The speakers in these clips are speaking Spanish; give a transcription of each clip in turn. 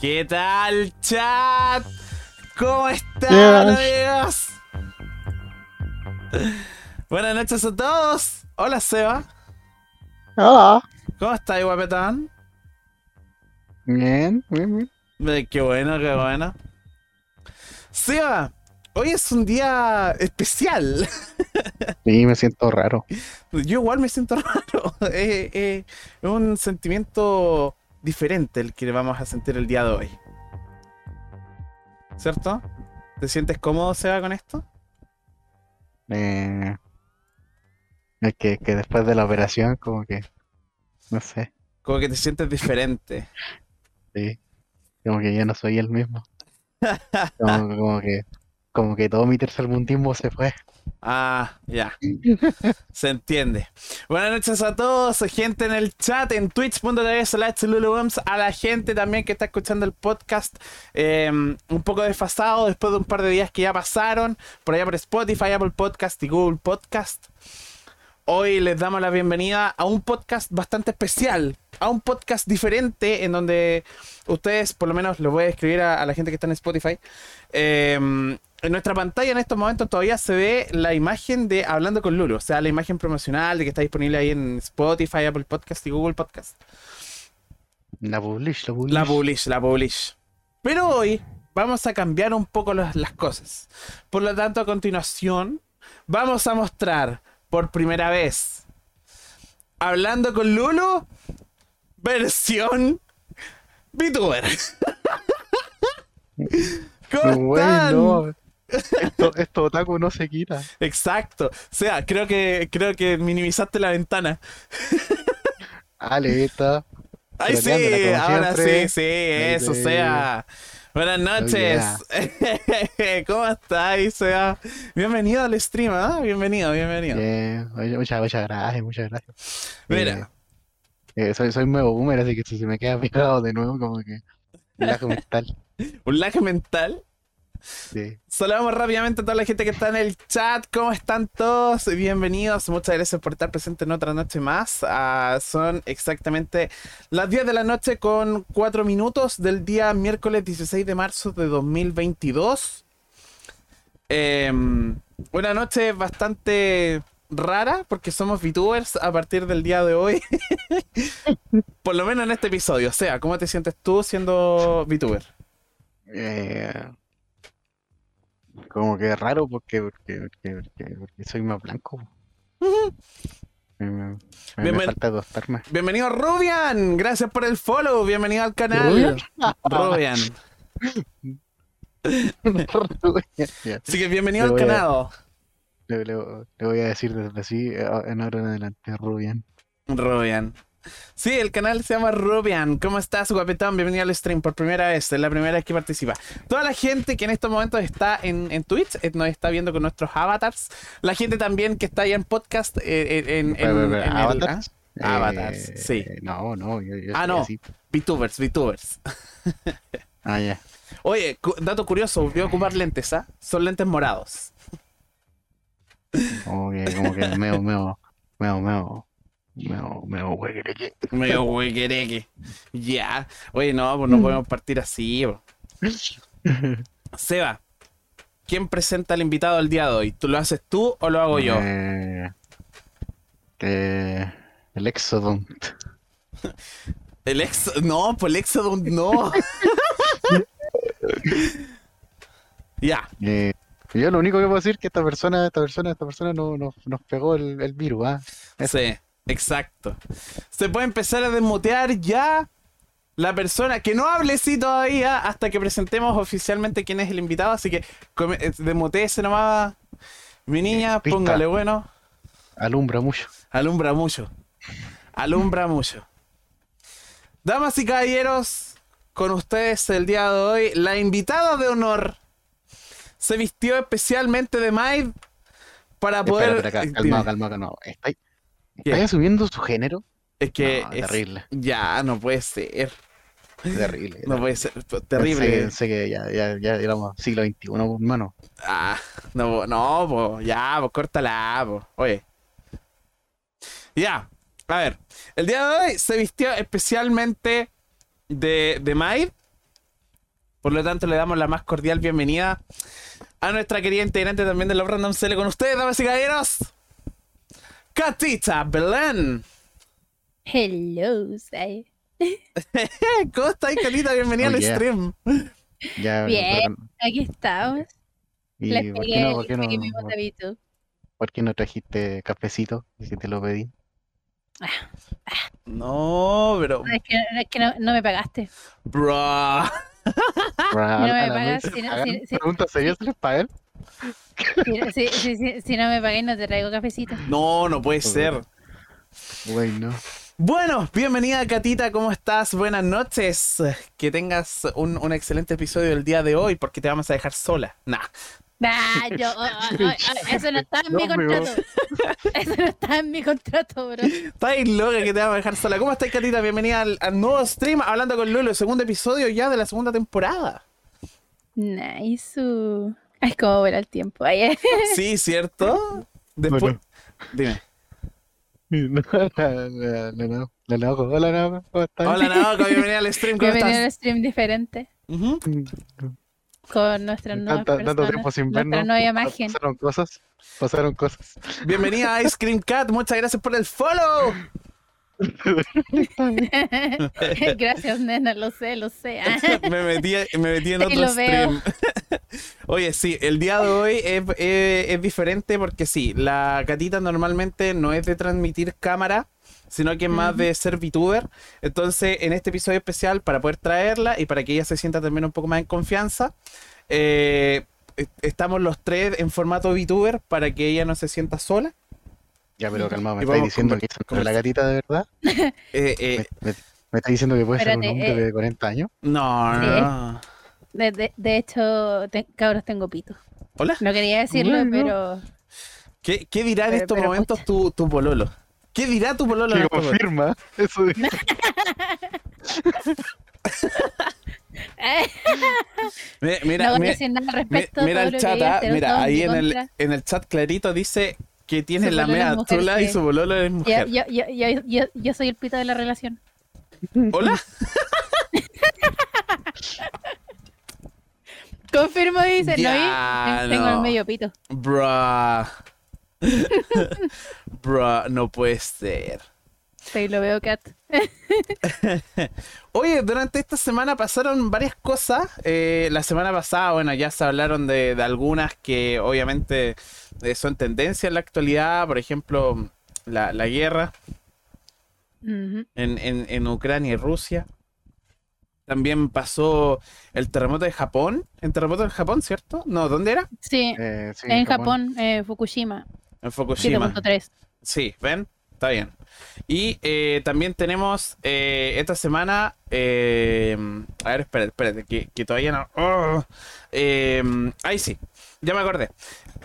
¿Qué tal, chat? ¿Cómo están, amigos? Buenas noches a todos. Hola, Seba. Hola. ¿Cómo estás, guapetón? Bien, bien, bien. Eh, Qué bueno, qué bueno. Seba, hoy es un día especial. Sí, me siento raro. Yo igual me siento raro. Eh, eh, es un sentimiento diferente el que vamos a sentir el día de hoy. ¿Cierto? ¿Te sientes cómodo, Seba, con esto? Eh, es que, que después de la operación, como que. No sé. Como que te sientes diferente. Sí. Como que ya no soy el mismo. Como, como que. Como que todo mi tercermundismo se fue. Ah, ya. Se entiende. Buenas noches a todos, gente en el chat, en twitch.tv slash lulubums, a la gente también que está escuchando el podcast eh, un poco desfasado después de un par de días que ya pasaron, por allá por Spotify, Apple Podcast y Google Podcast. Hoy les damos la bienvenida a un podcast bastante especial, a un podcast diferente en donde ustedes, por lo menos lo voy a escribir a, a la gente que está en Spotify, eh, en nuestra pantalla en estos momentos todavía se ve la imagen de Hablando con Lulu, o sea, la imagen promocional de que está disponible ahí en Spotify, Apple Podcast y Google Podcast. La publish, la publish. La publish, la publish. Pero hoy vamos a cambiar un poco los- las cosas. Por lo tanto, a continuación, vamos a mostrar por primera vez Hablando con Lulu, versión VTuber. ¿Cómo están? Bueno, esto, esto otaku no se quita. Exacto. O sea, creo que, creo que minimizaste la ventana. Ah, Aleta. Ay, sí, Troleándola, como ahora sí, siempre. sí, eso, sí. sea. Buenas noches. ¿Cómo estáis, sea? Bienvenido al stream, ¿ah? Bienvenido, bienvenido. Bien. Oye, muchas, muchas gracias, muchas gracias. Mira, Eh, soy, soy nuevo boomer, así que si se me queda pegado de nuevo, como que. Lajo mental. un lag mental. Sí. Saludamos rápidamente a toda la gente que está en el chat. ¿Cómo están todos? Bienvenidos. Muchas gracias por estar presente en otra noche más. Ah, son exactamente las 10 de la noche con 4 minutos del día miércoles 16 de marzo de 2022. Eh, una noche bastante rara porque somos VTubers a partir del día de hoy. por lo menos en este episodio. O sea, ¿cómo te sientes tú siendo VTuber? Eh, como que raro porque, porque, porque, porque, porque soy más blanco. Me, me- me- me Bienven- falta tostarme. Bienvenido Rubian, gracias por el follow, bienvenido al canal. ¿Rubian? Rubian. Ya, Así que bienvenido al Le voy a- canal. le, le- le voy a decir desde así eh, en ahora en adelante, Rubian. Rubian. Sí, el canal se llama Rubian. ¿Cómo estás, guapetón? Bienvenido al stream por primera vez, es la primera vez que participa. Toda la gente que en estos momentos está en, en Twitch, eh, nos está viendo con nuestros avatars. La gente también que está ahí en podcast, eh, eh, en, en- en el- ¿Avatars? ¿ah? Avatars, sí. Eh, No, no, yo, yo Ah, soy no. así. ¿ah? VTubers, VTubers. Ah, ya. Oye, cu- dato curioso, voy a ocupar lentes, ¿ah? Son lentes morados. Como que, como que meo, meo, meo, meo, meo, meo, güey, que- que- Medio huequereque. Ya. Oye, no, pues no podemos partir así. po. Seba, ¿quién presenta al invitado el día de hoy? ¿Tú lo haces tú o lo hago yo? Eh, eh, el Exodon. El ex. No, pues el Exodon no. ya. Eh, yo lo único que puedo decir es que esta persona, esta persona, esta persona no, no- nos pegó el, el virus, ¿ah? Sí, exacto. Se puede empezar a desmutear ya. la persona que no hable sí todavía hasta que presentemos oficialmente quién es el invitado. Así que come- eh, demuteese nomás, mi niña, Pista. póngale bueno. Alumbra mucho. Alumbra mucho. Alumbra mucho. Damas y caballeros, con ustedes el día de hoy, la invitada de honor se vistió especialmente de Maid para poder. Espera, espera, eh, ca- dime. calma, calma, calma. ¿Está, ¿Qué? ¿Está subiendo su género? Es que. No, es- terrible. Ya, no puede ser. Terrible. No puede ser. Pensé, Terrible. pensé que ya, ya, ya éramos siglo XXI, pues, hermano. Ah, no, po, no, po, ya, po, córtala, po. Oye. Ya, a ver. El día de hoy se vistió especialmente de, de Maid. Por lo tanto, le damos la más cordial bienvenida a nuestra querida integrante también de los Random Cell con ustedes, damas y caballeros. Catita Belén. Hello, Sai. Eh, ¿Cómo estáis, Catita? Bienvenida Oh, al yeah. stream. Ya, Bien. pero- Aquí estamos. La ¿Y por pegué qué no, por qué no, que me gusta por- Vito. por qué no trajiste cafecito? Y si te lo pedí. No, pero. No, Ah, Es que, no, es que no, no me pagaste. Bro. Ra- Ah, No me a la pagas, vez, si no- hagan si- si- Pregunta seria, ¿se les paga? Si, si- si- si- si no me pagué, no te traigo cafecito. No, no puede ser. Bueno, Bueno, bienvenida Catita, ¿cómo estás? Buenas noches. Que tengas un, un excelente episodio el día de hoy porque te vamos a dejar sola. Nah. Ah, yo, oh, oh, oh, oh, eso no está en mi No, amigo. contrato. Eso no está en mi contrato, bro. Estáis loca que te vamos a dejar sola. ¿Cómo estás Catita? Bienvenida al, al nuevo stream Hablando con Lolo, segundo episodio ya de la segunda temporada. Nice. uh. Ay, cómo vuela el tiempo. Ay, eh. Sí, ¿cierto? Después... Bueno. Dime. No, la- la- la Nao- la Nao, Hola, Nao, ¿cómo estás? Hola Naoko, bienvenida al stream, ¿cómo Bienvenido estás? al stream diferente Ujú. con nuestra nueva Tanta- tanto tiempo sin vernos. nueva pa- imagen. Pasaron cosas. Pasaron cosas. Bienvenida a Ice Cream Cat, muchas gracias por el follow. Gracias, nena, lo sé, lo sé. Ah. me, metí, me metí en Sí, otro lo veo. stream. Oye, sí, el día de hoy es, eh, es- es diferente porque sí, la gatita normalmente no es de transmitir cámara, sino que es más de ser VTuber. Entonces, en este episodio especial, para poder traerla y para que ella se sienta también un poco más en confianza, eh, est- estamos los tres en formato VTuber para que ella no se sienta sola. Ya, pero calmado, me Y estáis vamos diciendo conver- que hizo conversar. la gatita de verdad. Eh, eh, Me, me- me estáis diciendo que puede ser un Espérate, hombre eh. de 40 años. no, no, Sí. no. De, de- de hecho, te- cabros, tengo pito. Hola. No quería decirlo, Bueno. pero ¿Qué, qué dirá en Pero- estos pero momentos tu, tu pololo? ¿Qué dirá tu pololo? en Que estos momentos? confirma. Eso dice. eh, Mi- Mira, no voy mi- a decir nada al mi- respecto. mira el todo lo que chat, diga ah, será todo mira, en ahí mi en el, contra. en el chat clarito dice que tiene Su la pololo es media mujer, chula y sí. su bololo es Yo, mujer. yo, yo, yo, yo, yo soy el pito de la relación. ¿Hola? Confirmo, dice, ¿no? Ya, vi? Eh, Tengo no. el medio pito. Bruh. Bruh, no puede ser. Sí, lo veo, Kat. Oye, durante esta semana pasaron varias cosas. Eh, la semana pasada, bueno, ya se hablaron de, de algunas que obviamente eh, son tendencia en la actualidad. Por ejemplo, la, la guerra. Ujú. en, en- en Ucrania y Rusia. También pasó el terremoto de Japón. El terremoto en Japón, ¿cierto? No, ¿dónde era? Sí, Eh, sí, en Japón, eh, Fukushima, En Fukushima. 7.3. Sí, ven, está bien. Y eh, también tenemos eh, esta semana. eh, a ver, espérate, espérate, que, que todavía no. ¡Oh! Eh, ahí sí, ya me acordé.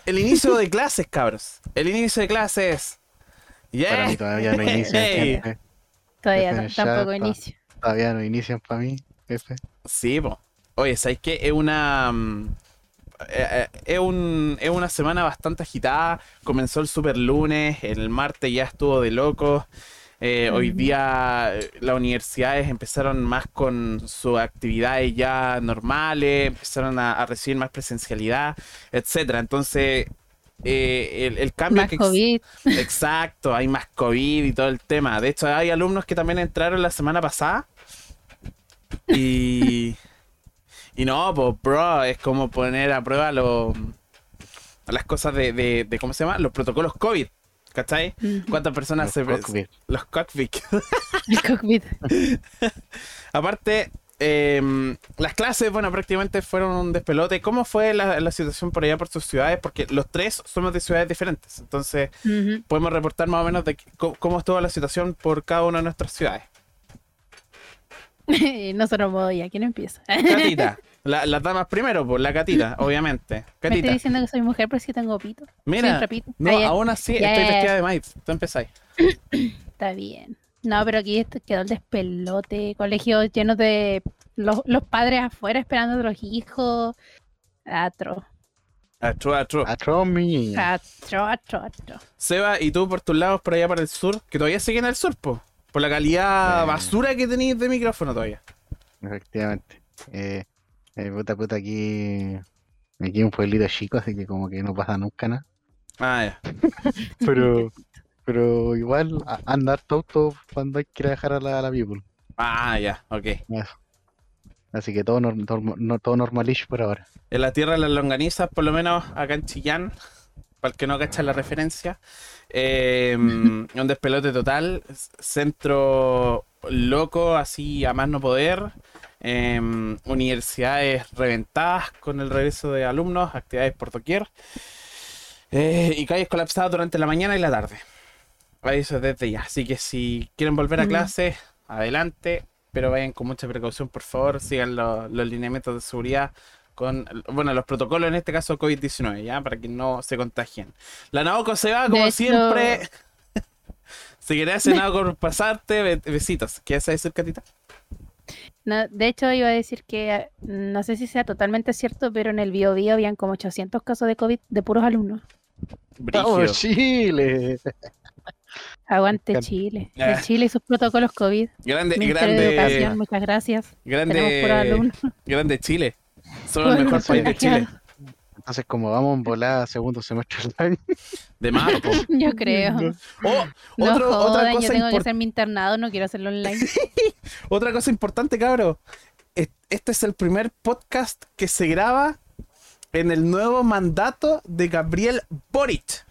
El inicio de clases, cabros. El inicio de clases. Yeah. Para mí todavía no inicia. Ey. F. Todavía F en t- el tampoco chat, pa. inicio. Todavía no inician para mí. F. Sí, po. Oye, ¿sabes qué? Es una. mm, eh, eh, Es, un- es una semana bastante agitada. Comenzó el super lunes, el martes ya estuvo de locos. Eh, Hoy Ujú. día eh, las universidades empezaron más con sus actividades ya normales, empezaron a, a recibir más presencialidad, etcétera. Entonces, eh, el, el cambio Más que ex- COVID. Exacto, hay más COVID y todo el tema. De hecho, hay alumnos que también entraron la semana pasada. Y. y no, pues, bro, es como poner a prueba los- las cosas de, de- de- ¿Cómo se llama? Los protocolos COVID. ¿Cachai? Ujú. ¿Cuántas personas Los se pre- cockpit. Los cockpit. El cockpit. Aparte, eh, las clases, bueno, prácticamente fueron un despelote. ¿Cómo fue la, la situación por allá, por sus ciudades? Porque los tres somos de ciudades diferentes. Entonces, Ujú. podemos reportar más o menos de qué- cómo, cómo estuvo la situación por cada una de nuestras ciudades. Nosotros modo ya, ¿quién empieza? Catita. la- las damas primero, por la catita, obviamente. Me estoy Catita. diciendo que soy mujer, pero es que tengo pito. Soy un Mira, trapito. no, Ah, ya, aún así Ya, estoy ya, ya. vestida de maid. Tú empezáis. Está bien. No, pero aquí esto quedó el despelote, colegios llenos de los, los padres afuera esperando a los hijos. Atro, Atro, atro. Ah. Atroz, mi. atro, atro, atro. Seba, y tú por tus lados, por allá para el sur, que todavía siguen el sur, po, por la calidad Eh. basura que tenéis de micrófono todavía. Efectivamente. Eh, eh, puta puta aquí. Aquí es un pueblito chico, así que como que no pasa nunca nada. Ah, ya. Pero, pero igual a- anda harto auto cuando hay que ir a dejar a la, a la people. Ah, ya, ok. Así que todo, norm- norm- no, todo normalish por ahora. En la tierra de las longanizas, por lo menos acá en Chillán, para el que no cacha la referencia, eh, un despelote total, c- centro loco, así a más no poder, eh, universidades reventadas con el regreso de alumnos, actividades por doquier, eh, y calles colapsadas durante la mañana y la tarde. Aviso desde ya, así que si quieren volver a Mm. clase, adelante, pero vayan con mucha precaución, por favor, sigan lo- los lineamientos de seguridad con, bueno, los protocolos en este caso COVID-19, ¿ya? Para que no se contagien. La Naoko se va, como De hecho- siempre. si querés hacer nada por pasarte, be- besitos. ¿Qué haces decir, Catita? No, de hecho, iba a decir que eh, no sé si sea totalmente cierto, pero en el Bio Bio habían como 800 casos de COVID de puros alumnos. ¡Vamos, Brigio. Chile! Aguante encanta. Chile. Ah. El Chile y sus protocolos COVID. Grande, Ministerio de grande, Educación, muchas gracias. Tenemos puros grande, alumnos. grande Chile. Somos el mejor Puros alumnos país de Chile. contagiados. Entonces, como vamos en volada a segundo semestre del año, De más. po. Yo creo. Oh, No otro- otra, jodan, yo cosa tengo que impor- hacer mi internado, no quiero hacerlo online. otra cosa importante, cabro. Es- Este es el primer podcast que se graba en el nuevo mandato de Gabriel Boric.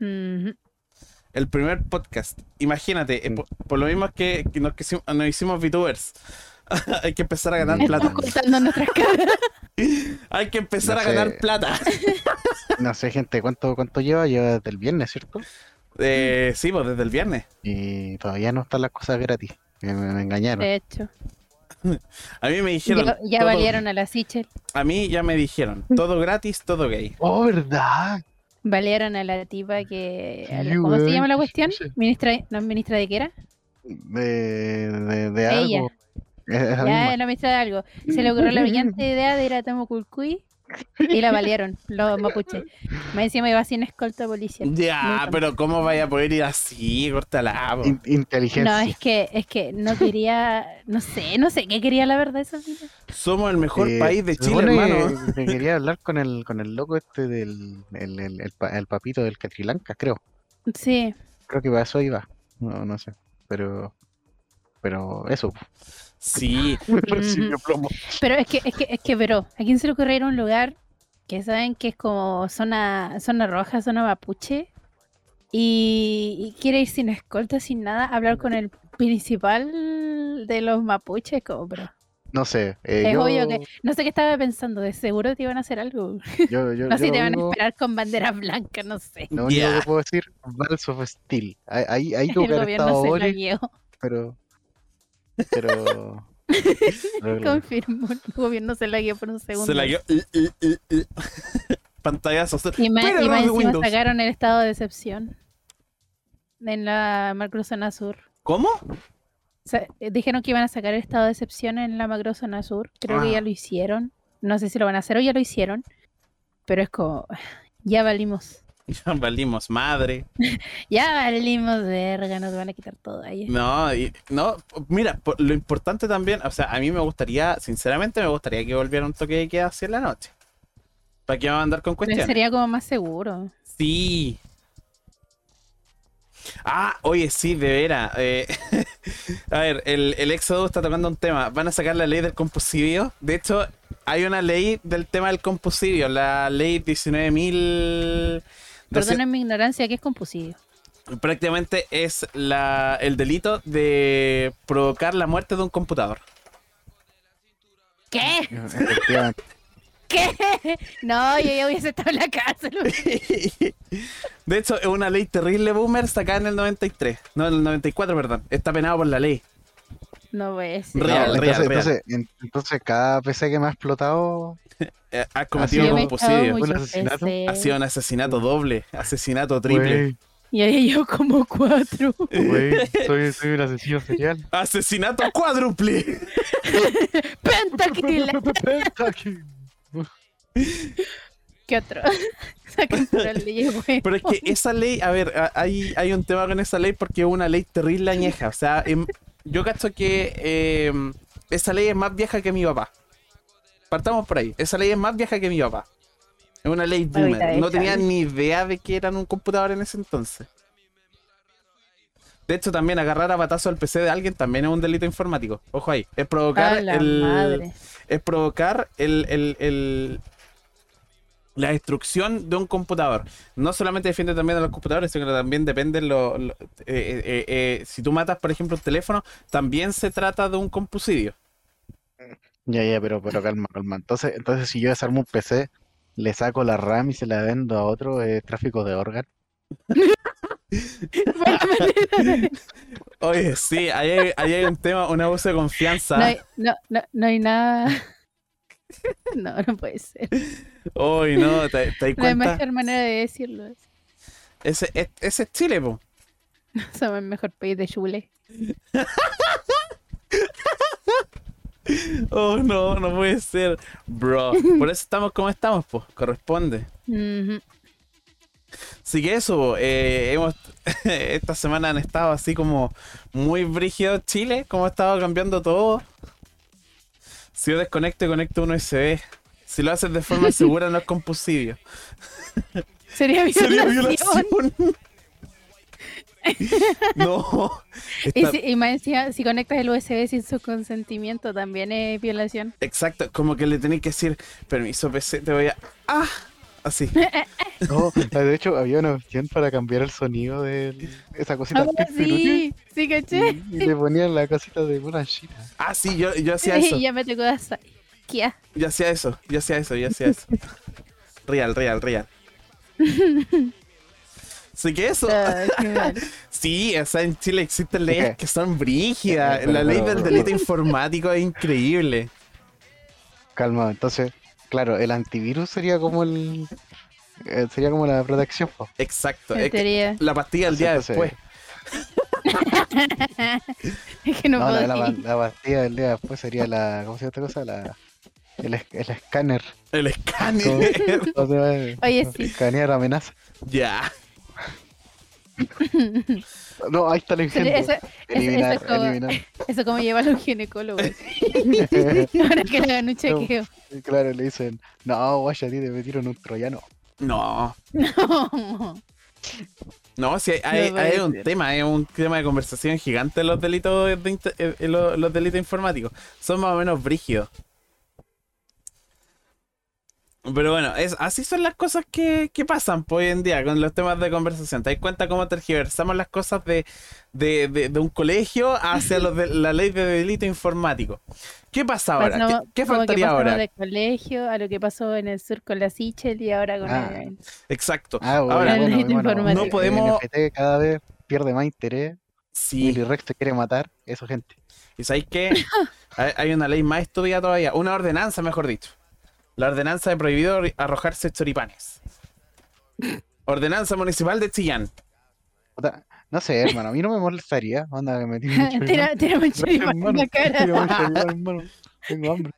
Ujú. El primer podcast. Imagínate, eh, po- por, lo mismo que, que nos, quisim- nos hicimos VTubers. Hay que empezar a ganar Mm. plata. Estamos contando nuestras caras. Hay que empezar No a sé. ganar plata. no sé, gente, ¿cuánto, cuánto lleva? Lleva desde el viernes, ¿cierto? Eh, sí, pues desde el viernes. Y todavía no están las cosas gratis. Me, me- me engañaron. De hecho, A mí me dijeron. ya, ya todo- valieron a la Sichel, A mí ya me dijeron. Todo gratis, todo gay. ¡Oh, verdad! valieron a la tipa que. a la- Sí, ¿Cómo se weón, llama la eh, sí, cuestión? sí. Ministra, ¿No ministra de qué era? De, de, de Ella. algo. Es- es la misma. Ya, era ministra de algo. Se le ocurrió la brillante idea de ir a Tamoculcuy y la valieron, los mapuches. Más encima iba sin escolta policial. Ya, Nunca. pero ¿cómo vaya a poder ir así? Córtala. po. In- No, inteligencia. es que, es que no quería, no sé, no sé qué quería la verdad esa mina. Somos el mejor Eh, país de se Chile, supone hermano. que quería hablar con el, con el loco este del el, el- el pa- el papito del Catrilanca, creo. Sí, Creo que para eso iba. No, no sé. Pero. Pero eso. Sí. Recibió plomo. Pero es que, es que, es que, pero, ¿a quién se le ocurre ir a un lugar que saben que es como zona, zona roja, zona mapuche? Y, y quiere ir sin escolta, sin nada, a hablar con el principal de los mapuches, como, pero. No sé. eh, Es yo, obvio que. No sé qué estaba pensando, de seguro te iban a hacer algo. yo- yo- No sé si yo te lo van a único- esperar con bandera blanca, no sé. Lo único Ya. que puedo decir, Balls of Steel. Ahí, ahí, ahí tuvo El que haber gobierno estado se lo Boris, guió. pero. Pero. pero- Confirmó, el gobierno se lo guió por un segundo. Se la dio. L- l- l- l- Pantallazos. Y más, Pero y no de más encima Windows. sacaron el estado de excepción en la macrozona sur. ¿Cómo? Sa- eh, dijeron que iban a sacar el estado de excepción en la macrozona sur. Creo Ah. que ya lo hicieron. No sé si lo van a hacer o ya lo hicieron. Pero es como, ya valimos. Ya valimos madre. Ya valimos, verga, nos van a quitar todo ahí. No, y- no, mira, por- lo importante también, o sea, a mí me gustaría, sinceramente me gustaría que volviera un toque de queda hacia la noche. ¿Para qué vamos a andar con Pero cuestiones? sería como más seguro. Sí. Ah, oye, sí, de veras. eh, a ver, el, el Éxodo está tocando un tema. Van a sacar la ley del compositivo. De hecho, hay una ley del tema del compositivo, la ley 19.000... Perdonen mi ignorancia, que es compusidio. Prácticamente es la, el delito de provocar la muerte de un computador. ¿Qué? Efectivamente. ¿Qué? No, yo ya hubiese estado en la cárcel. De hecho, es una ley terrible, Boomer, sacada en el 93. No, en el 94, perdón. Está penado por la ley. No ves. No, Real, entonces, real, entonces, en- entonces cada PC que me ha explotado, Eh, has Sí, cometido Así un es. homicidio. ¿Un asesinato? Ha sido un asesinato doble, asesinato triple. wey, Y ahí yo como cuatro. wey, soy, soy un asesino serial. Asesinato cuádruple. Pentakill. ¿Qué otro? Sacan pura ley, güey. Pero es que esa ley, a ver, a- hay, hay un tema con esa ley porque es una ley terrible añeja. O sea, em, yo cacho que em, esa ley es más vieja que mi papá. Partamos por ahí. Esa ley es más vieja que mi papá. Es una ley Mamita boomer. de No tenía Charlie. ni idea de que eran un computador en ese entonces. De hecho, también agarrar a batazo al PC de alguien también es un delito informático. Ojo ahí. Es provocar A la el, madre. es provocar el, el- el- la destrucción de un computador. No solamente defiende también a los computadores, sino que también depende lo, lo- eh, eh, eh, si tú matas, por ejemplo, un teléfono, también se trata de un compusidio. Ya, ya, pero, pero calma, calma. Entonces, entonces si yo desarmo un PC, le saco la RAM y se la vendo a otro, es tráfico de órganos. Fue la manera de- Oye, sí, ahí hay, ahí hay un tema, un abuso de confianza. No hay, no, no, no hay nada. No, no puede ser. Uy, no, te, te das No hay cuenta. mejor manera de decirlo. Ese, es- ese es Chile, po. Somos el mejor país de Chule. Oh, no, no puede ser. Bro, por eso estamos como estamos, po. Corresponde. Ujú. Así que eso, po, eh, hemos esta semana han estado así como muy brígido Chile, como ha estado cambiando todo. Si yo desconecto y conecto un USB. Si lo haces de forma segura no es compusidio. Sería violación. Sería violación. no. Y, Está- si, y más encima, si conectas el USB sin su consentimiento, también es violación. Exacto, como que le tenéis que decir, permiso PC, te voy a... Ah, así. No, de hecho, había una opción para cambiar el sonido de esa cosita. Ahora Ah, sí, sí, Mm, caché. Y le ponían la cosita de moranchita. Ah, sí, yo, yo hacía eso. Y ya me tocó esa. ¿Qué? Yo hacía eso, yo hacía eso, yo hacía eso. Real, real, real. Así que eso. Ah, qué mal. Sí, o sea, en Chile existen leyes Ok. que son brígidas. Pero, La pero, ley pero, del pero. delito informático es increíble. Calma, entonces, claro, el antivirus sería como el eh, sería como la protección, po. Exacto. En es que teoría. la pastilla del Sí, día entonces, después. Es que no, No, puedo la, la, decir. la pastilla del día después sería la ¿cómo se llama esta cosa? La el, es- el escáner. El escáner. O sea, Oye, sí. Escanear amenaza. ya. No, ahí está el Pero incendio. eso, eso- eliminar, eso es como- eliminar. eso como lleva a los ginecólogos. Ahora que le hagan un chequeo. Y claro, le dicen, no, guaya, a ti te metieron un troyano. No. No. No, si hay, hay, No puede hay un ser. tema, es un tema de conversación gigante los delitos de inte- eh, eh, los, los delitos informáticos. Son más o menos brígidos. Pero bueno, es, así son las cosas que, que pasan po, hoy en día con los temas de conversación. ¿Te das cuenta cómo tergiversamos las cosas de, de, de- de un colegio hacia los de- la ley de delito informático? ¿Qué pasa ahora? ¿Qué- ¿Qué, Pasamos- Pues como que faltaría pasamos ahora? del colegio a lo que pasó en el sur con la Sichel y ahora con Ah, el- Exacto. Ah, bueno, Ahora, bueno, Delito bueno, informático. el No podemos- NFT cada vez pierde más interés. Sí. Y el Rex te quiere matar, eso gente. ¿Y sabéis qué? hay, hay una ley más estúpida todavía. Una ordenanza, mejor dicho. La ordenanza de prohibido arri- arrojarse choripanes. Ordenanza municipal de Chillán. Puta, No sé, hermano, a mí no me molestaría. Onda, que me tiren un choripán. Tira- tira un choripán en Hermano, la cara. tírame un choripán, hermano. Tengo hambre.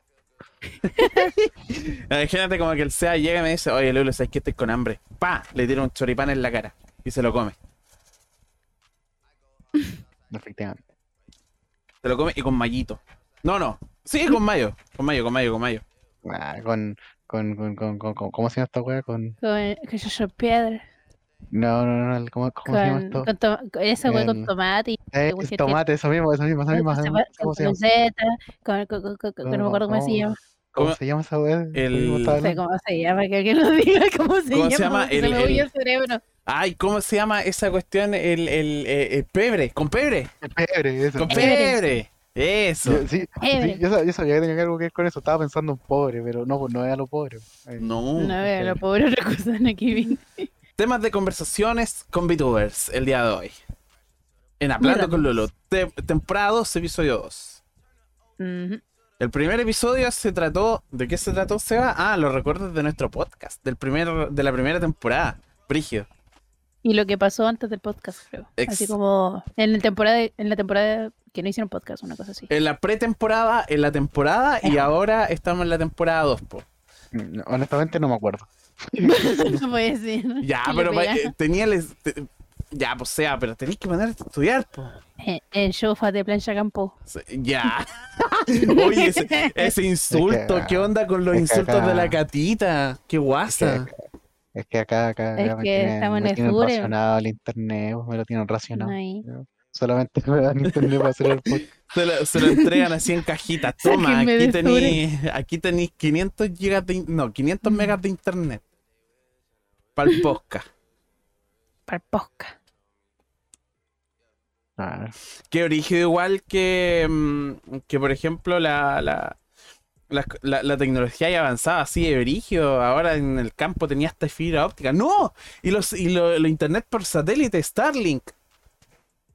Imagínate como que el SEA llega y me dice, oye Lulo, ¿sabes que estoy con hambre? ¡Pa! Le tira un choripán en la cara y se lo come. Efectivamente. Se lo come y con mallito. No, no. Sí, con mayo. Con mayo, con mayo, con mayo. Ah, con, con, con, con, con, con- ¿cómo se llama esta wea? Con, Con, con Jojo Piedra. no, no, no, el- ¿cómo, cómo se llama Con, esto? con toma- con esa hueá con El- tomate. y Eh, con- el tomate, eso mismo, eso mismo, eso mismo, eso mismo, con ¿Cómo se llama? panceta, con- con- con- con- con- No me acuerdo cómo se llama. ¿Cómo ¿Cómo- se llama esa weá? el- ¿Cómo estaba No sé hablando? cómo se llama, que alguien nos diga cómo se ¿Cómo llama. se llama? porque El- se me huyó el- el... cerebro. Ay, ¿cómo se llama esa cuestión? El, el, eh, el pebre, con pebre, El pebre, eso. con Pebre. pebre. Eso. Yo- Sí, Pebre. sí, yo, sab- yo sabía que tenía algo que ver con eso. Estaba pensando en pobre, pero no, pues no era lo pobre. Eh, No. No, veo, lo pobre recursan aquí vino. Temas de conversaciones con VTubers el día de hoy. En Hablando Mira. con Lolo, te- temporada 2, episodio 2. Ujú. El primer episodio se trató. ¿De qué se trató, Seba? Ah, los recuerdos de nuestro podcast, del primer, de la primera temporada. Brígido. Y lo que pasó antes del podcast, creo. Ex- Así como en la temporada, en la temporada que no hicieron podcast, una cosa así. En la pretemporada, en la temporada y ahora estamos en la temporada 2, po. no, mm, Honestamente no me acuerdo. no puede decir. Ya, que le pero pega. eh, tenía. les- te- ya, pues sea, pero tenés que ponerte a estudiar, po. En- En sofá de plancha campo. Sí, Ya. Oye, ese, ese insulto, acá- ¿qué onda con los es que insultos de la acá- catita? ¿Qué guasa? Es que acá, acá, Es acá me que tienen, estamos me en eh. tienen Sure. racionado el internet, pues, me lo tienen racionado. Ahí. ¿no? Solamente me dan internet para hacer el podcast. Se lo, se lo entregan así en cajitas. Toma, Sáquenme aquí de tenéis aquí tenís 500 gigas de... in- No, 500 megas de internet. Para el podcast. Para posca. Ah, Que origen igual que, mm, que por ejemplo, la, la, la, la- la tecnología ya avanzaba así de brigio. Ahora en el campo tenía hasta fibra óptica. ¡No! Y los y lo, lo internet por satélite, Starlink.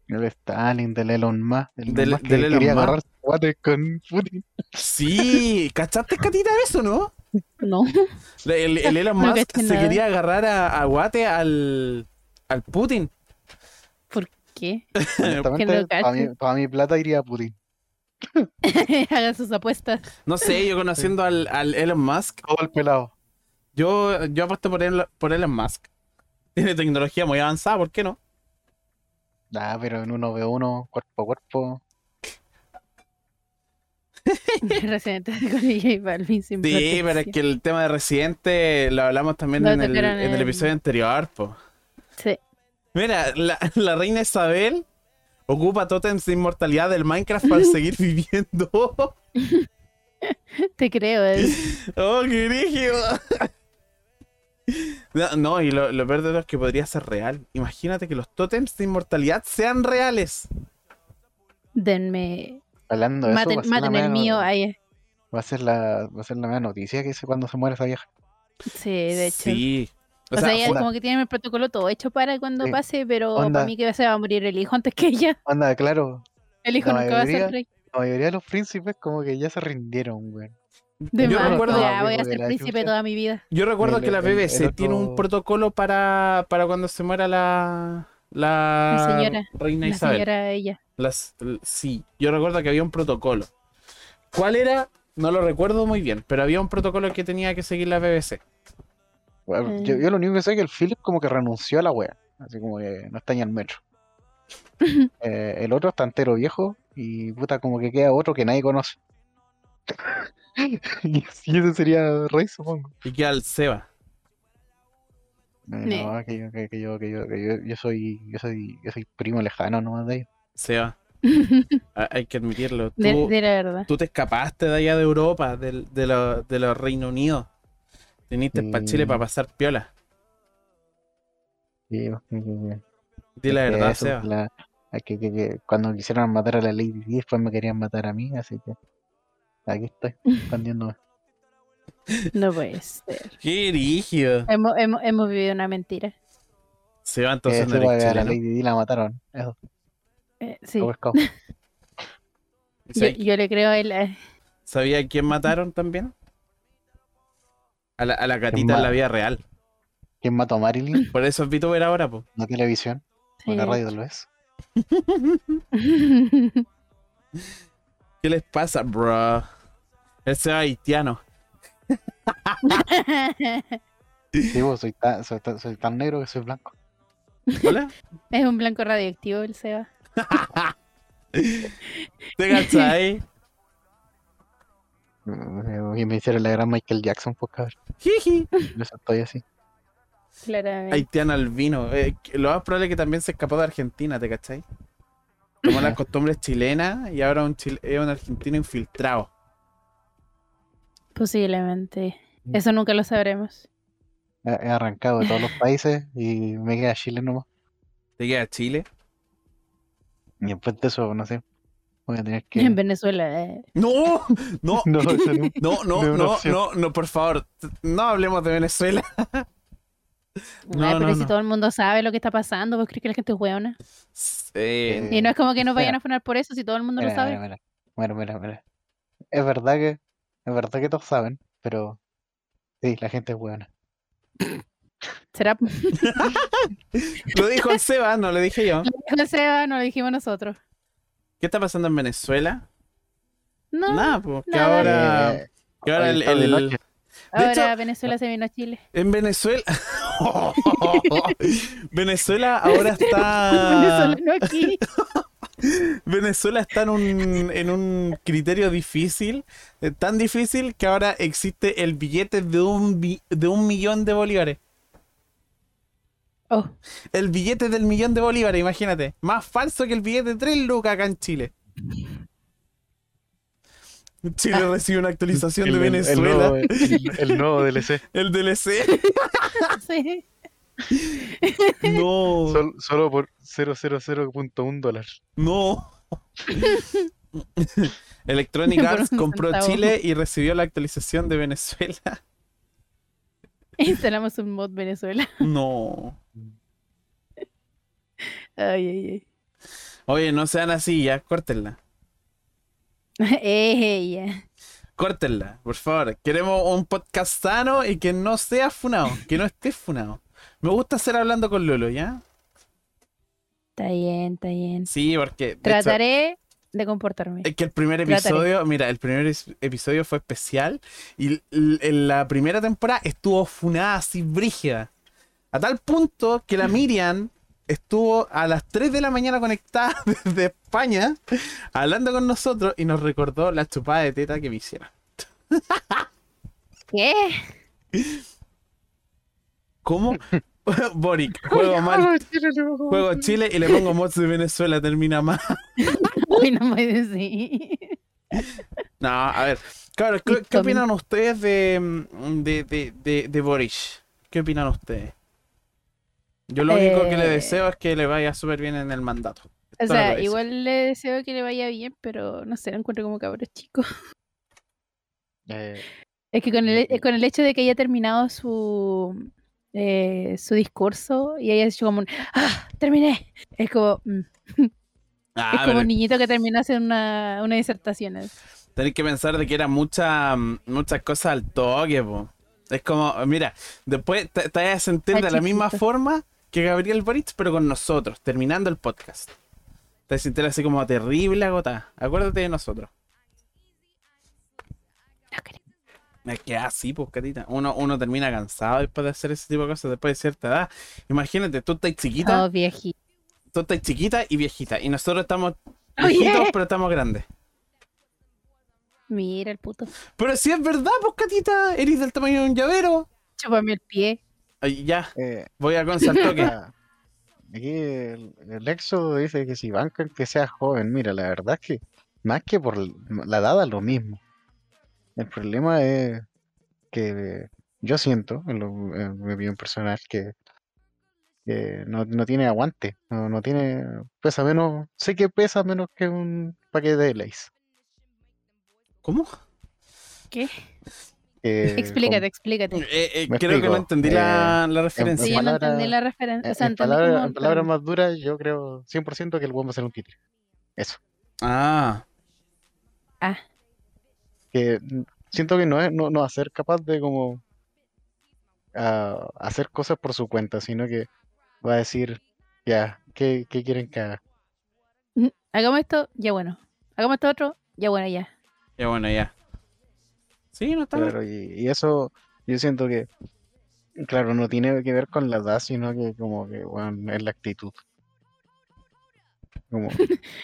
El Stalin, del Elon Musk, del, Del- Elon Musk que del Elon quería Musk. agarrar cuatro con Putin. Sí, ¿cachaste, Catita, eso, no? No. La- El, el Elon No Musk caché se nada. quería agarrar a, a Guate al, al Putin. ¿Por qué? Honestamente, para cacho. mi, para mi plata iría a Putin. Hagan sus apuestas. No sé, yo conociendo al, al Elon Musk, Todo el pelado. yo, yo apuesto por, él, por Elon Musk. Tiene tecnología muy avanzada, ¿por qué no? Ah, pero en uno ve uno, cuerpo a cuerpo. Residente con DJ Balvin sin Sí, pero es que el tema de Residente lo hablamos también Lo en, el, tocaron en el en- episodio anterior, po. protección. Mira, la, la reina Isabel ocupa tótems de inmortalidad del Minecraft para seguir viviendo. ¡Oh, Sí, te creo. eh. es- qué brígido! No, no, y lo, lo peor de todo es que podría ser real. Imagínate que los tótems de inmortalidad sean reales. Denme. Hablando de Maten, eso, va a ser la maten mea el mío. no- Ahí. va a ser la, va a ser la mea noticia que dice cuando se muere esa vieja. Sí, de hecho. Sí. O O sea, sea, ella onda- como que tiene el protocolo todo hecho para cuando Sí, pase, pero onda- para mí que se va a morir el hijo antes que ella. Anda, claro, El hijo La nunca va a mayoría- ser rey. la mayoría de los príncipes como que ya se rindieron, güey. De Yo más, recuerdo- ya voy a Porque ser la príncipe chucha- toda mi vida. Yo recuerdo El- que la el- el BBC tiene un otro- protocolo para, para cuando se muera la, la, La señora. reina La Isabel. señora ella. Las, l- sí, yo recuerdo que había un protocolo. ¿Cuál era? No lo recuerdo muy bien, pero había un protocolo que tenía que seguir la BBC. Bueno, yo, Mm. yo lo único que sé es que el Philip como que renunció a la wea. Así como que no está ni al metro. Eh, el otro está entero viejo y puta como que queda otro que nadie conoce. y, y ese sería rey, supongo. Y que al Seba. Eh, Ne. no, que yo, que, que yo, que yo, que yo, yo soy, yo soy, yo soy primo lejano nomás de ellos. Seba, a- hay que admitirlo. Tú, de, de la verdad. tú te escapaste de allá de Europa, del- de, los de los Reino Unido. Viniste para Mm. Chile para pasar piola. Sí, sí, sí, sí. Di la Es que verdad, eso, Seba. la- es que- que- que cuando quisieron matar a la Lady Di, después me querían matar a mí, así que aquí estoy, escondiéndome. No puede ser. pues. Qué rígido. Hemos, hemos, hemos vivido una mentira. Seba, Eh, entonces no sepa eres que a la chileno. Lady Di la mataron. Eso, Eh, sí. Cabo Scout. Yo, ¿Sabes- yo le creo a él. eh, ¿Sabía a quién mataron también? A la, a la gatita en la ma- vida real. ¿Quién mató a Marilyn? Por eso es VTuber ahora, po. No televisión, o la sí. radio tal vez. ¿Qué les pasa, bro? Ese haitiano. Sí, vos, soy tan, soy, tan, soy tan negro que soy blanco. ¿Hola? es un blanco radioactivo el Seba. ¿Te cachai? Eh, Y me hicieron la gran Michael Jackson, pues cabrón. Jiji. Por eso estoy así. Claramente. Haitiano albino. Eh, que lo más probable es que también se escapó de Argentina, ¿te cachai? Tomó las costumbres chilenas y ahora un chil- es un argentino infiltrado. Posiblemente. Mm. Eso nunca lo sabremos. He arrancado de todos los países y me queda Chile nomás. ¿Te queda Chile? Y después de eso, no sé. Voy a tener que. En Venezuela. eh. ¡No! No, No, eso no. no, no, No, no, una no, opción. no, por favor. t- No hablemos de Venezuela. No, Ay, pero no, si no. todo el mundo sabe lo que está pasando, ¿vos crees que la gente es hueona? Eh, Y no es como que nos vayan Mira. a funar por eso si todo el mundo lo Mira, sabe. mira, mira. Mira, mira, mira. Es verdad que. Es verdad que todos saben, pero. Sí, la gente es buena. ¿Será? lo dijo el Seba, no lo dije yo. No sé, no lo dijimos nosotros. ¿Qué está pasando en Venezuela? No, Nada, pues. Que nada. ahora. Eh, que ahora hoy el- está de el- noche. De ahora hecho- Venezuela se vino a Chile. En Venezuela. Venezuela ahora está. Venezuela no aquí. Venezuela está en un, en un criterio difícil, eh, tan difícil que ahora existe el billete de un, bi- de un millón de bolívares. Oh, El billete del millón de bolívares, imagínate. Más falso que el billete de tres lucas acá en Chile. Chile recibe una actualización de Ah. El- el- el Venezuela. nuevo- el- el nuevo DLC. el E DLC. sí. No. Sol- solo por 0.00.1 dólar. No. Electronic Por Arts un compró centavo. Chile y recibió la actualización de Venezuela. Instalamos un mod Venezuela. No. Ay, ay, Oye, no sean así, ya, córtenla. ay. Ey, Eh, ya. Córtenla, por favor. Queremos un podcast sano y que no sea funado, que no esté funado. Me gusta hacer hablando con Lolo, ¿ya? Está bien, está bien. Sí, porque de hecho, Trataré de comportarme. es que el primer trataré. episodio, mira, el primer es- episodio fue especial y l- en la primera temporada estuvo funada así brígida. A tal punto que la Miriam estuvo a las 3 de la mañana conectada desde España hablando con nosotros y nos recordó la chupada de teta que me hicieron. ¿Qué? ¿Cómo? Boric, juego mal, juego Chile y le pongo mods de Venezuela, termina mal. Uy, no me decís. No, a ver. Claro, ¿qué, Y qué también- opinan ustedes de, mm, de, de, de, de Boric? ¿Qué opinan ustedes? Yo lo único que le Eh. deseo es que le vaya súper bien en el mandato. O Todo lo sea, hice. igual le deseo que le vaya bien, pero no sé, lo encuentro como cabros chico. Eh, Es que con el, Ujú. con el hecho de que haya terminado su, eh, su discurso y haya hecho como un ¡Ah! ¡Terminé! Es como, mm, es Ah, como pero un niñito que termina haciendo una, una disertación. así. tenéis que pensar de que era mucha, mm, muchas cosas al toque, po. Es como, mira, después te, te vas a sentir de la misma Cachicito. forma que Gabriel Boric, pero con nosotros, terminando el podcast. Te vas a sentir así como terrible agotada. Acuérdate de nosotros. No creo. Es que así, pues, Catita. Uno, uno termina cansado después de hacer ese tipo de cosas, después de cierta edad. Imagínate, tú estás chiquita, No, Oh, viejito. tú estás chiquita y viejita. Y nosotros estamos Oye. viejitos, pero estamos grandes. Mira el puto. Pero si es verdad, pues, Catita, eres del tamaño de un llavero. Chúpame el pie. Ay, ya, eh, voy a Gonza al toque. ah, aquí el, el Exo dice que si bancan que sea joven, mira, la verdad es que más que por l- la edad es lo mismo. El problema es que yo siento, en, lo- en mi opinión personal, que, que no, no tiene aguante, no, no tiene, pesa menos, sé que pesa menos que un paquete de Lays. ¿Cómo? ¿Qué? Eh, con- explícate, explícate. Eh, eh, Me creo que no explico. eh, em, entendí la, la en referencia. Sí, yo no entendí palabra- la referencia. En, O sea, en entendí palabra- como en palabras el- más duras, yo creo 100% que el weón va a ser un títere. Eso. Ah, Ah, Que mm, siento que no, es, no, no va a ser capaz de como ah, hacer cosas por su cuenta, sino que va a decir, ya, ¿qué, qué quieren que haga? mm, hagamos esto, ya bueno. Hagamos esto otro, ya bueno, ya. ya bueno, ya. Sí, no está mal. Claro, y, y eso yo siento que, claro, no tiene que ver con la edad, sino que como que, bueno, es la actitud. Como,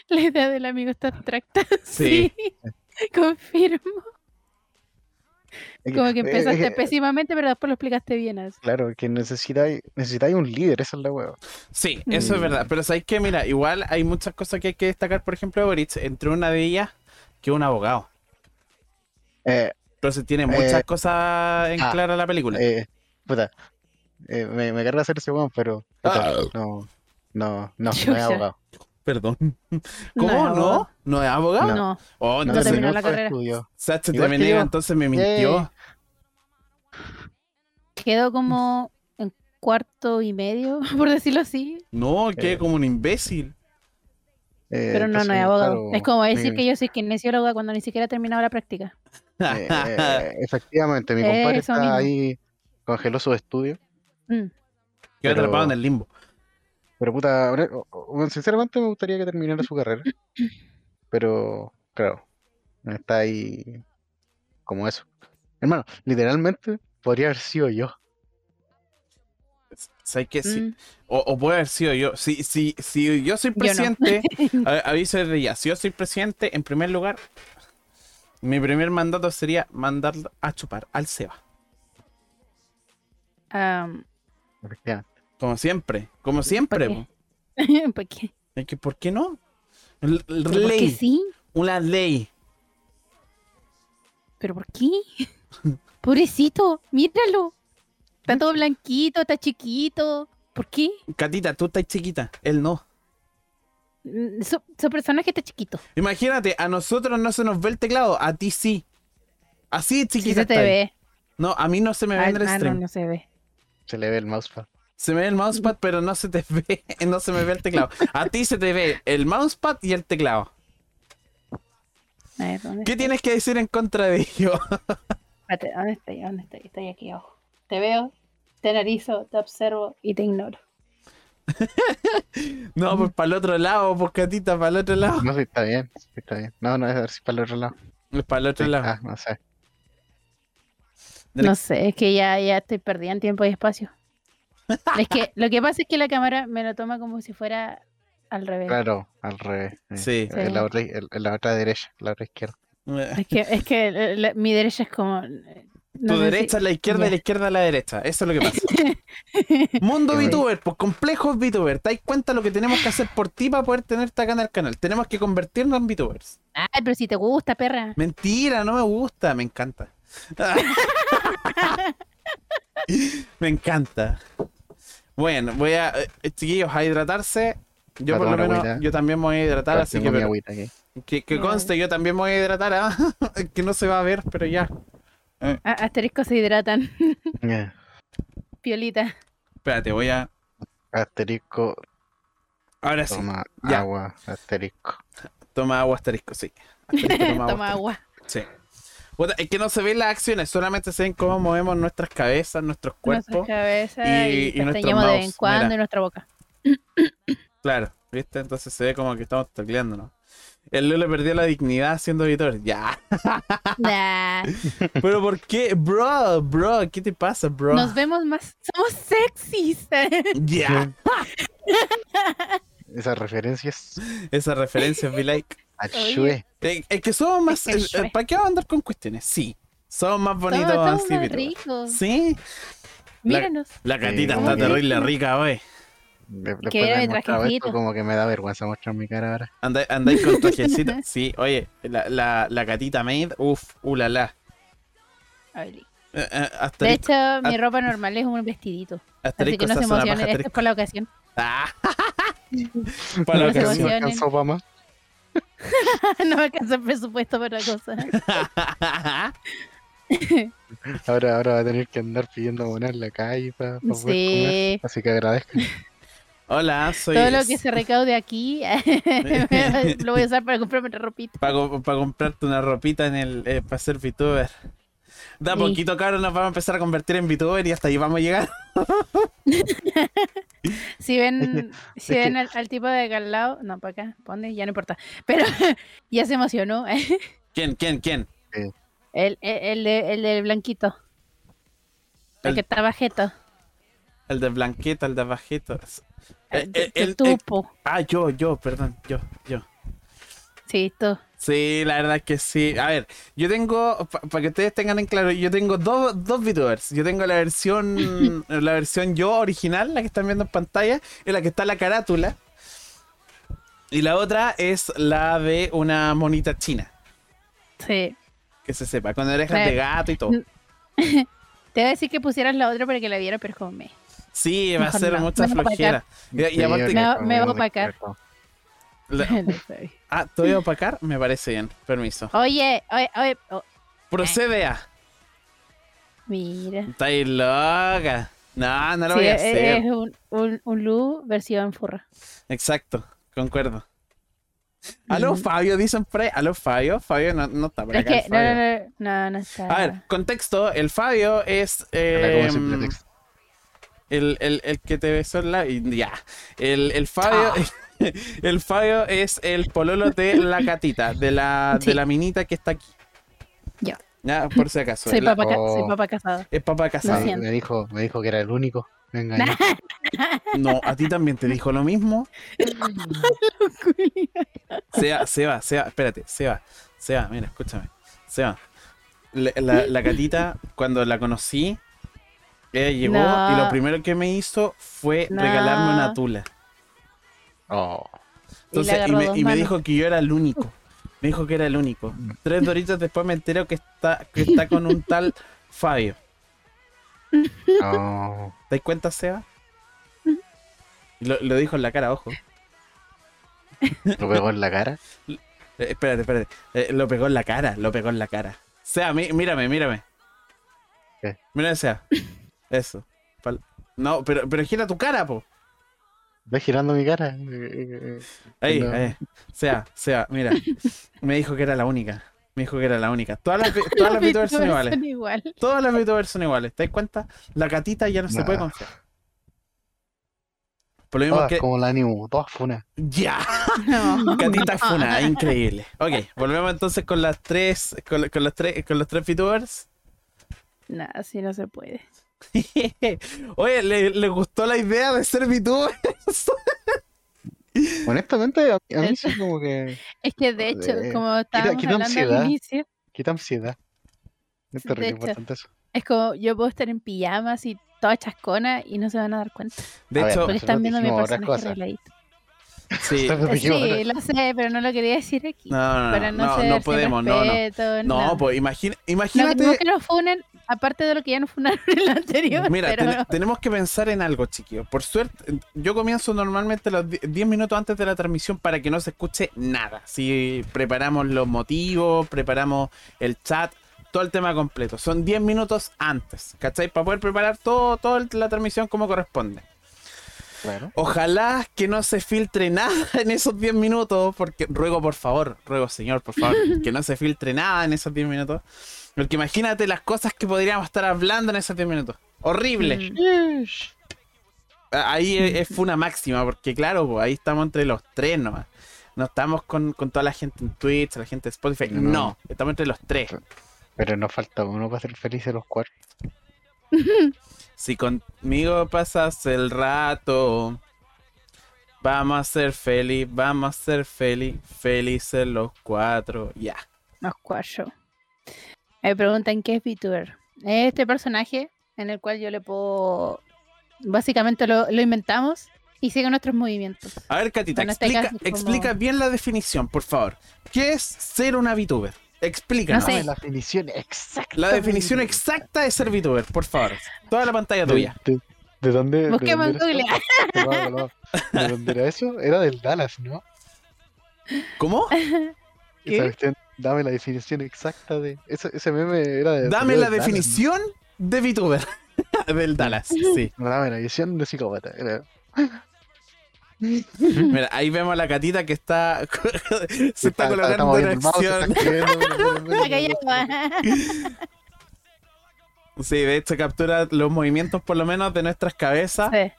La idea del amigo está abstracta. Sí. Sí. Confirmo. es que- Como que este es- es empezaste que- pésimamente, pero después lo explicaste bien. así. Claro, que necesitáis, necesitáis un líder, esa es la hueá. Sí, eso es Mm. verdad. Pero sabéis que, mira, igual hay muchas cosas que hay que destacar, por ejemplo, de Boric. Entre una de ellas, que es un abogado. Eh, Entonces tiene muchas Eh, cosas en ah, clara la Mm. película. Eh, puta, eh, me, me carga hacer ese weón, pero puta, Ah. no, no, no, no es Chucha. abogado. Perdón. ¿Cómo es no? abogado. ¿No es abogado? No, Oh, No entonces terminó terminó la el carrera. estudio. Sacha Igual que Temenega, yo. Eh, entonces me mintió. quedó como en cuarto y medio, por decirlo así. No, que Eh. como un imbécil. Eh, Pero no, no entonces, es abogado. claro, es como decir mi- que yo soy kinesióloga cuando ni siquiera he terminado la práctica. eh, eh, efectivamente, mi compadre Eso está mismo. ahí, congeló su estudio. Mm. Quedó pero- atrapado en el limbo. Pero puta, ahora- o- o- sinceramente me gustaría que terminara su carrera. Pero, claro, está ahí como eso. Hermano, literalmente podría haber sido yo. ¿Sabes Eh, qué? Sí. Mm. O, o puede haber sido yo. Si, si, si yo soy no. presidente, mm. a- aviso desde ya. Si yo soy presidente, en primer lugar, mi primer mandato sería mandar a chupar al Seba. Am, efectivamente. Como siempre. Como siempre. qué? po. ¿Por qué? Es que, ¿por qué no? L- ¿Pero por qué ley. sí? Una ley. ¿Pero por qué? Pobrecito, míralo. Está todo blanquito, está chiquito. ¿Por qué? Catita, tú estás chiquita. Él no. Mm, Su, su personaje está chiquito. Imagínate, a nosotros no se nos ve el teclado, a ti sí. Así de Sí chiquita. se te está ahí. ve. No, a mí no se me ve Ah, en el ah, no, stream. no se ve. Se le ve el mousepad. Se me ve el mousepad, pero no se te ve, no se me ve el teclado. A ti se te ve el mousepad y el teclado. A ver, ¿dónde ¿Qué está? tienes que decir en contra de ello? Espérate, ¿dónde estoy? ¿Dónde estoy? Estoy aquí, ojo. Te veo, te analizo, te observo y te ignoro. No, pues para el otro lado, pues catita, para el otro lado. No, sí, está bien, sí, está bien. No, no, es a ver si para el otro lado. Para el otro Sí, lado. ah, no sé. Dale. No sé, es que ya, ya estoy perdida en tiempo y espacio. Es que lo que pasa es que la cámara me lo toma como si fuera al revés. Claro, al revés. eh, Sí. en Sí. la, otra, en- en la otra derecha, la otra izquierda. Eh, Es que, es que la- la- mi derecha es como. eh, no Tu sé si- derecha a la izquierda y ya. la izquierda a la derecha. Eso es lo que pasa. Mundo Sí. VTuber, pues complejos VTuber. ¿Te das cuenta lo que tenemos que hacer por ti para poder tenerte acá en el canal? Tenemos que convertirnos en VTubers. Ay, pero si te gusta, perra. Mentira, no me gusta, me encanta. me encanta. Bueno, voy a, eh, chiquillos, a hidratarse. Yo A por lo tomar menos, agüita. yo también me voy a hidratar, Claro, así tengo que, mi pero- agüita aquí. que, que Ya. conste, yo también me voy a hidratar, ¿ah? que no se va a ver, pero ya. A- asterisco se hidratan. Eh, Piolita. Espérate, voy a... Asterisco, Ah, Ahora sí, toma ya. agua, asterisco. toma agua asterisco, sí. Asterisco, Toma, asterisco. agua. Sí. Puta, Es que no se ven las acciones, solamente se ven cómo movemos nuestras cabezas, nuestros Nuestra cuerpos. cabeza y- y y, nuestro pestañeamos de vez en mouse, cuando mira. y nuestra boca. Claro, ¿viste? Entonces se ve como que estamos tacleándonos. El Lolo perdió la dignidad siendo editor. Ya. Nah, Pero ¿por qué? Bro, bro, ¿qué te pasa, bro? Nos vemos más. Somos sexys. Ya. Esas referencias Esa referencia, be like. a Oye. Shue. Eh, Es que somos más. Es que eh, yo- eh, ¿Para qué vamos a andar con cuestiones? Sí. Somos más bonitos Somos- somos así, más pero- ricos. Sí. La- Míranos. La catita Sí. está Somos terrible rica, wey. De- después era de de haber mostrado esto, trajecito. como que me da vergüenza mostrar mi cara ahora. Andáis andáis con trajecito. Sí, oye, la, la, la catita maid, uff, ulala. Ay, Eh, eh, De asterisco, hecho, mi ropa normal es un vestidito. Así asterisco, que no se sazona, baja, emocionen, esto es asterisco. por la ocasión. Ah, para la se ocasión. no emocionen. alcanzó para más. no me alcanza el presupuesto para la cosa. Ahora, ahora va a tener que andar pidiendo abonar en la calle para, poder comer. Sí, Así que agradezco. Hola, soy. todo lo que se recaude aquí lo voy a usar para comprarme otra ropita. Para comprarte una ropita en el, para ser VTuber. Da Sí. poquito caro, nos vamos a empezar a convertir en VTuber y hasta ahí vamos a llegar. Si ven, si es que- ven al, al tipo de acá al lado, no, para acá, pone, ya no importa. Pero ya se emocionó. el, ¿Quién, quién, quién? el, e, el de- el del blanquito. El, El- que está bajito. El de Blanqueta, el de Bajetos. El, Eh, eh, tu- el- tu eh. tupo. Ah, yo, yo, perdón, yo, yo. Sí, tú. Sí, la verdad es que sí. A ver, yo tengo, para que ustedes tengan en claro, yo tengo dos, dos VTubers. Yo tengo la versión, la versión yo original, la que están viendo en pantalla, en la que está la carátula. Y la otra es la de una monita china. Sí. que que se sepa, con orejas Claro. de gato y todo. Te iba a decir que pusieras la otra para que la viera, pero es como me. Sí, va a Mejor ser no, mucha me voy a flojera. Y, y Sí, aparte, Me- oreja, me voy a oreja, opacar. oreja. la- No soy. ah, ¿te voy a opacar? Me parece bien, permiso. oye, oye, oye. oh, Procede a. Eh. mira. Estáis loca. No, no lo Sí, eh, voy a es- es hacer. un, un, un Lu versión furra. Exacto, concuerdo. Aló, Ujú. Fabio, dicen por ahí. Aló, Fabio. Fabio no, no está por Es acá. el que, no, Fabio. no, no, no, no está. A ver, contexto. El Fabio es. Habla como em, sin pretexto. El, el- el que te besó en la. y Ya. El, el Fabio. Ah. El Fabio es el pololo de la catita, de la, de Sí. la minita que está aquí. Ya. Ya, por si acaso. Soy La- papá, ca- soy Oh. papá casado. Es papá Lo casado. Me, siento. Ah, me dijo, me dijo que era el único. Me engañó. No, a ti también te dijo lo mismo. Seba, Seba, Seba, espérate, Seba, Seba, mira, escúchame. Seba, la, la, la gatita, cuando la conocí, ella llegó No. y lo primero que me hizo fue No. regalarme una tula. Oh, Entonces, y, agarró me, dos y me manos. dijo que yo era el único. Me dijo que era el único. Tres doritos después me entero que está, que está con un tal Fabio. oh. ¿Te das cuenta, Seba? Lo, lo dijo en la cara, ojo. Lo pegó en la cara. Eh, espérate, espérate. Eh, lo pegó en la cara, lo pegó en la cara. Sea, mí- mírame, mírame. ¿Qué? Mírame, sea. Eso. Pal- No, pero, pero gira tu cara, po. Ve girando mi cara. Eh, eh, Ahí, No. ahí. Sea, sea, mira. Me dijo que era la única. Me dijo que era la única. Todas las, vi- todas las Los VTubers son VTubers iguales. son igual. Todas las VTubers son iguales. ¿Te das cuenta? La gatita ya no se Nah. puede confiar. Por lo mismo Todas que. como la ánimo, todas funas. ¡Ya! No. Gatita Funa, increíble. Ok, volvemos entonces con las tres. Con, con los tres. Con los tres VTubers. No, así no se puede. Oye, ¿le, le gustó la idea de ser VTuber? Honestamente, a, a mí sí como que Es que de hecho, Joder. como estábamos quita hablando ansiedad. al inicio, quita ansiedad. Este Es Sí, terrible de hecho. importante eso. es como yo puedo estar en pijamas y toda chascona y no se van a dar cuenta. De A ver, hecho, Porque nosotros están viendo mi dijimos otras personaje cosas. arregladito. sí. Nosotros Eh, dijimos Sí, otras- lo sé, pero no lo quería decir aquí. No, no, para no, no, no, ceder no sin podemos, no, no. respeto, No, no. pues imagina- No imagínate. queremos que nos funen, aparte de lo que ya nos funaron en el anterior. Mira, pero ten- tenemos que pensar en algo, chiquillos. Por suerte, yo comienzo normalmente los die- 10 minutos antes de la transmisión para que no se escuche nada. Si preparamos los motivos, preparamos el chat, todo el tema completo. Son 10 minutos antes, ¿cachai? Para poder preparar todo, toda la transmisión como corresponde. Claro. Ojalá que no se filtre nada en esos 10 minutos, porque ruego por favor, ruego señor, por favor, que no se filtre nada en esos 10 minutos. Porque imagínate las cosas que podríamos estar hablando en esos 10 minutos. Horrible. Mm. A- Ahí e- es, fue una máxima, porque claro, po, ahí estamos entre los tres nomás. No estamos con, con toda la gente en Twitch, la gente de Spotify. No. No. estamos entre los tres. Pero nos falta uno para ser felices los cuatro. Si conmigo pasas el rato, vamos a ser feliz, vamos a ser feliz, felices los cuatro. Ya. Los cuatro. Me preguntan qué es VTuber. Es este personaje en el cual yo le puedo. Básicamente lo, lo inventamos y sigue nuestros movimientos. A ver, Catita, Bueno, este explica, caso es como- explica bien la definición, por favor. ¿Qué es ser una VTuber? Explícanos. No sé. Dame la definición exacta. La definición exacta de ser VTuber, por favor. Toda la pantalla tuya. ¿De, de- de dónde? de Busquemos en dónde pues. era Google. eso? Volvamos, volvamos. ¿De dónde era eso? Era del Dallas, ¿no? ¿Cómo? Eh, Esa ¿Qué? cuestión, Dame la definición exacta de. Ese, ese meme era de. Dame salió la del Dallas, definición de VTuber. Del Dallas, sí. ¿no? Dame la definición de psicópata. Era- Mira, ahí vemos a la catita que está. se está, colocando estamos una viendo el mouse, acción. está escribiendo, Ah, callado. Sí, de hecho captura los movimientos, por lo menos, de nuestras cabezas. Sí.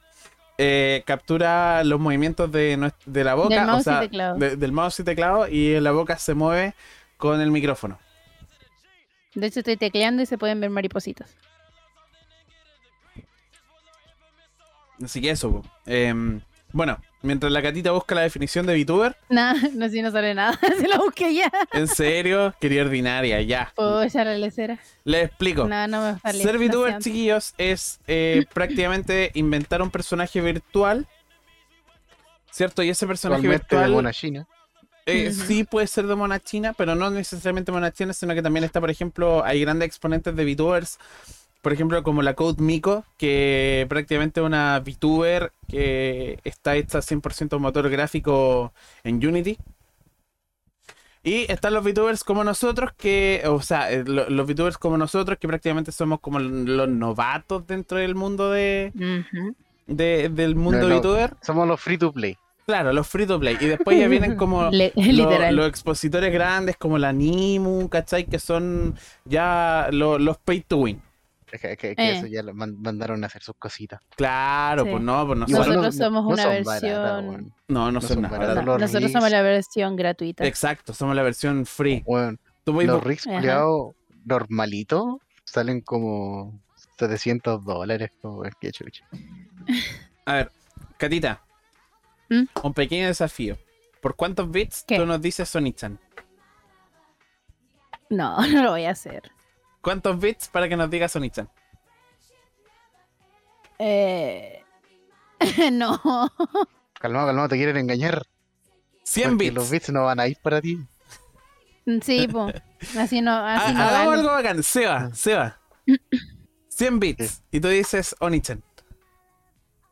Eh, captura los movimientos de, nues- de la boca, Del mouse o y sea, teclado. de- del mouse y teclado, y la boca se mueve con el micrófono. De hecho, estoy tecleando y se pueden ver maripositas. Así que eso. po. Em, bueno, mientras la catita busca la definición de VTuber, No, no sé si no sale nada. Se lo busqué ya. en serio, quería ordinaria, ya. Puedo echar la lecera. Les explico. No, no me sale. Ser lo VTuber, siento. chiquillos, es eh, prácticamente inventar un personaje virtual. ¿Cierto? Y ese personaje Actualmente de virtual. Mona China. Eh, Ujú. Sí puede ser de mona china, pero no necesariamente mona china, sino que también está, por ejemplo, hay grandes exponentes de VTubers, por ejemplo, como la Code Miko, que prácticamente es una VTuber que está hecha 100% motor gráfico en Unity. Y están los VTubers como nosotros, que, o sea, eh, lo- los VTubers como nosotros, que prácticamente somos como los novatos dentro del mundo de, Ujú. de- del mundo no. VTuber. Somos los free to play. Claro, los free to play. Y después ya vienen como Le- lo- literal. Los expositores grandes como la Nimu, ¿cachai? Que son ya lo- los pay to win. Es que, que- que Eh. eso ya lo man- mandaron a hacer sus cositas. Claro, Sí. pues no, pues no Igual son, Nosotros somos una son baratas, versión- weón. no, no no son son nada. baratos. baratos. los Nosotros reels. somos la versión gratuita. Exacto, somos la versión free. Weón, Tú voy Los bu- rigs Ajá. culiados normalitos salen como 700 dólares. Como, weón, qué chucha. A ver, Catita, ¿Mm? un pequeño desafío. ¿Por cuántos bits ¿Qué? tú nos dices Sonichan? No, no lo voy a hacer. ¿Cuántos bits para que nos diga Sonichan? Eh, no. Calmado, calmado, te quieren engañar. 100 porque bits. Los bits no van a ir para ti. Sí, po. Así no, Ha- así Hagamos no Ah, vale. algo bacán. Seba, Seba. 100 bits. Y tú dices Onichan.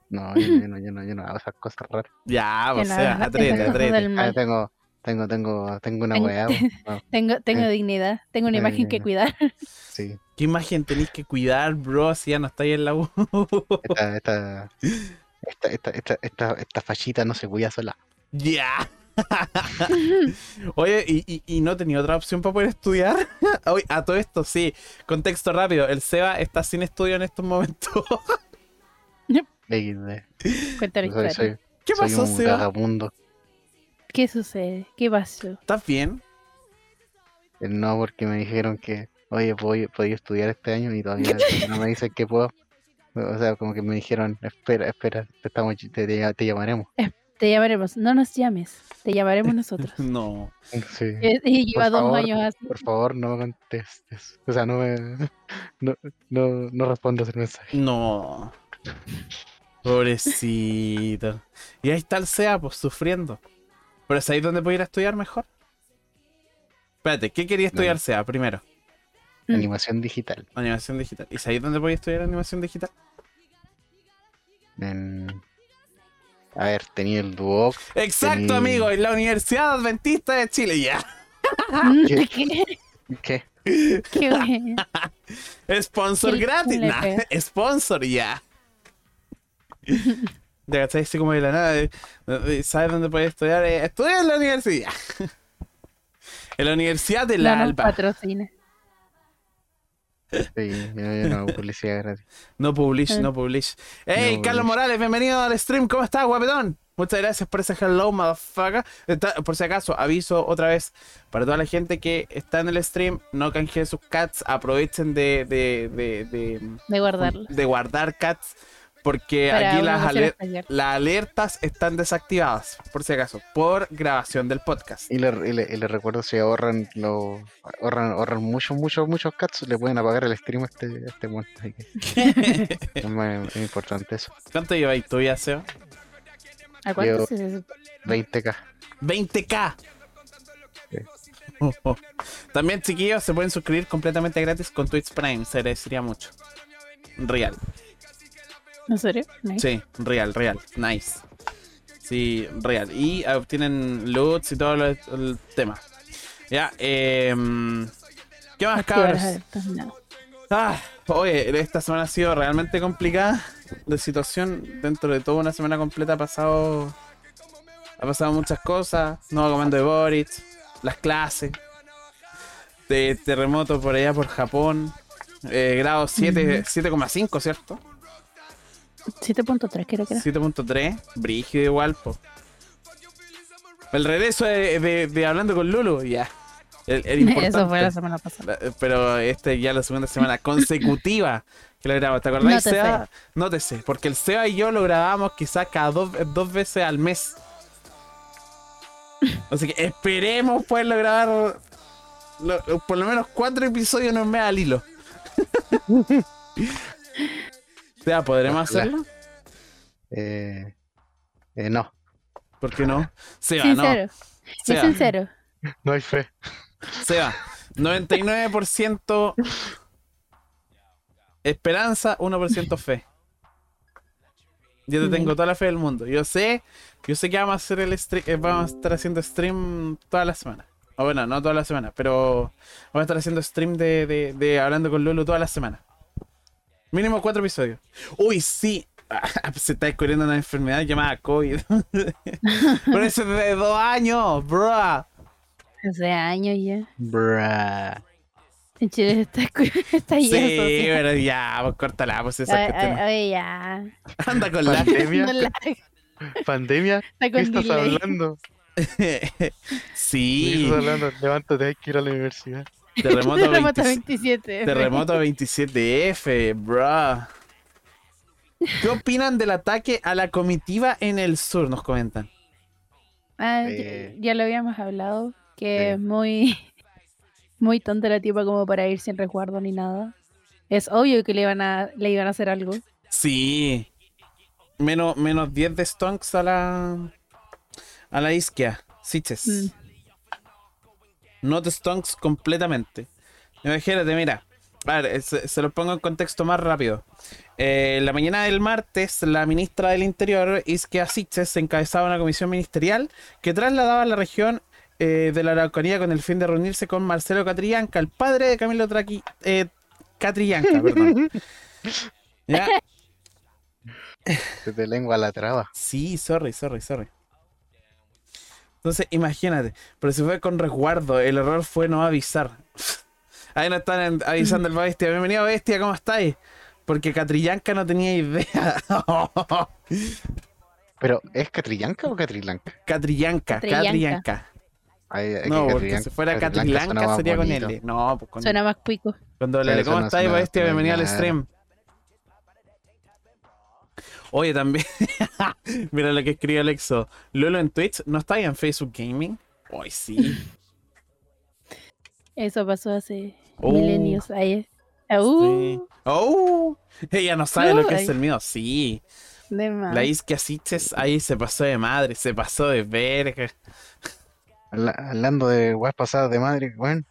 No, yo, no- yo no, yo no, yo no hago esas cosas raras. Ya, Que pues la Seba, verdad, atrévete, esas cosas atrévete. del Ah, mal. tengo, tengo, tengo, tengo una Ten- weá. weón. No, Tengo, tengo Eh. dignidad, tengo una imagen que Eh. cuidar. sí. ¿Qué imagen tenéis que cuidar, bro, si ya no estáis en la U? Esta, esta, esta, esta, esta, esta, esta fallita no se cuida sola. Ya. Oye, ¿y, y, y no tenía otra opción para poder estudiar? Oye, a todo esto, sí. Contexto rápido. El Seba está sin estudio en estos momentos. XD. Cuenta la Soy, historia. soy, ¿Qué soy pasó, un Seba? vagabundo. ¿Qué sucede? ¿Qué pasó? ¿Estás bien? Eh, No, porque me dijeron que, oye, voy, podía estudiar este año y todavía no me dicen que puedo. O sea, como que me dijeron, espera, espera, te, estamos, ll- te, te- te llamaremos. Te llamaremos. No nos llames. Te llamaremos nosotros. No. Sí. Eh, Por Y lleva dos favor, años así. Por favor, no me contestes. O sea, no me. No, no, no respondas el mensaje. No. Pobrecito. Y ahí está el SEA, pues, sufriendo. Pero es ahí donde puedo ir a estudiar mejor. Espérate, ¿qué quería estudiar Dale. SEA primero? Mm. Animación digital. Animación digital. ¿Y es ahí donde podía estudiar animación digital? En- A ver, tenía el Duoc. Exacto, Tení- amigo, en la Universidad Adventista de Chile, ya. Ah, Mm, ¿Qué? ¿Qué? ¿Qué? ¿Qué? wea. Sponsor Qué gratis. le Nah, pega. sponsor, ya. De cachai, así como de la nada. eh, eh, ¿Sabes dónde podía estudiar? Eh, Estudia en la universidad. En la Universidad de la No nos Alba. patrocina. Sí, yo, yo no hago publicidad gratis. No publish, Eh. no publish. Hey, No Carlos publish. Morales, bienvenido al stream. ¿Cómo estás, guapetón? Muchas gracias por ese hello, motherfucker. Está- por si acaso, aviso otra vez para toda la gente que está en el stream, no canjeen sus cats, aprovechen de, de, de, de- De guardarlo. de guardar cats, porque Para Eh, aquí una las, ocasión aler- especial. las alertas están desactivadas, por si acaso, por grabación del podcast. Y le, y le, y le recuerdo si ahorran, lo, ahorran, ahorran muchos, muchos, muchos cats, le pueden apagar el stream a este, a este monte. Así que es, más- es importante eso. ¿Cuánto lleváis tú ya, Seba? ¿A cuánto Yo- se se- 20k. 20k. Sí. Oh, oh. También, chiquillos, se pueden suscribir completamente gratis con Twitch Prime. Se agradecería mucho. Real. ¿En serio? ¿No? Sí, real, real. Nice. Sí, real. Y ah, obtienen loots y todo lo- el tema. Ya, eh, ¿Qué más, Activar cabros? las alertas, no. Ah, oye, esta semana ha sido realmente complicada de situación. Dentro de toda una semana completa ha pasado. Ha pasado muchas cosas. Nuevo comando de Boric, las clases, de terremoto por allá por Japón. eh, grado 7, 7,5, ¿cierto? 7.3 creo que era. 7.3, brígido igual, po. El regreso de, de- de hablando con Lulu, ya. El, el Eso fue la importante. semana pasada. La- Pero este ya la segunda semana consecutiva que lo grabamos. ¿Te acordáis, Nótese. Seba? Nótese, porque el Seba y yo lo grabamos quizás cada dos, eh, dos veces al mes. Así que esperemos poderlo grabar lo- eh, por lo menos cuatro episodios en un mes al hilo. Seba, ¿podremos Ojalá. hacerlo? Eh, eh, no, ¿Por qué no? Seba, no. Sincero. Es Seba, sincero. No hay fe. Seba, 99% esperanza, 1% fe. Yo te tengo toda la fe del mundo. Yo sé, yo sé que vamos a hacer el stream, vamos a estar haciendo stream toda la semana. O bueno, no toda la semana, pero vamos a estar haciendo stream de, de- de hablando con Lulu toda la semana. Mínimo cuatro episodios. Uy, sí. Ah, Se está descubriendo una enfermedad llamada COVID. Por eso es de dos años, bruh. Hace años ya. Bruh. En Chile está, está Sí, yeso, sí. pero ya, pues córtala, pues esa Ay, cuestión. ay, ay, ya. Anda con la. Pandemia. No la- Pandemia. está ¿Qué con estás delay. hablando? ¿Qué sí, estás hablando? Levántate, hay que ir a la universidad. terremoto, Terremoto 27, 27. terremoto 27F, bruh. ¿Qué opinan del ataque a la comitiva en el sur? Nos comentan. Ah, ya- Eh. ya lo habíamos hablado, que Sí. es muy, muy tonta la tipa como para ir sin resguardo ni nada. Es obvio que le iban a, le iban a hacer algo. Sí. Menos, menos 10 de stonks a la. A la isquia. Siches. Mm. No te stonks completamente. Imagínate, mira. A ver, eh, se, se los pongo en contexto más rápido. Eh, la mañana del martes, la ministra del Interior, Isquia Siches, encabezaba una comisión ministerial que trasladaba a la región eh, de la Araucanía con el fin de reunirse con Marcelo Catrillanca, el padre de Camilo Traqui, eh, Catrillanca, perdón. ¿Ya? Se te lengua la traba. Sí, sorry, sorry, sorry. Entonces, imagínate, pero se fue con resguardo. El error fue no avisar. Ahí no están en- avisando el bestia. Bienvenido, bestia, ¿cómo estáis? Porque Catrillanca no tenía idea. Pero, ¿es Catrillanca o Catrillanca? Catrillanca, Catrillanca. Catrillanca. Ay, ay, que No, porque Catrillanca- si fuera Catrillanca suena Catrillanca más sería con bonito. L. No, pues con, Suena más cuico. con doble L. Eso ¿Cómo no estáis, suena- bestia? este, suena Bienvenido al nada. stream. Oye, también. Mira lo que escribió Alexo. Lolo en Twitch, ¿no estáis en Facebook Gaming? Hoy sí. Eso pasó hace Oh. milenios. Ahí es. Uh, Sí. ¡Oh! Ella no sabe lo que Ay. es el mío. Sí. de más. La isquia Siches ahí se pasó de madre, se pasó de verga. Habla- Hablando de weas pasadas de madre, weón.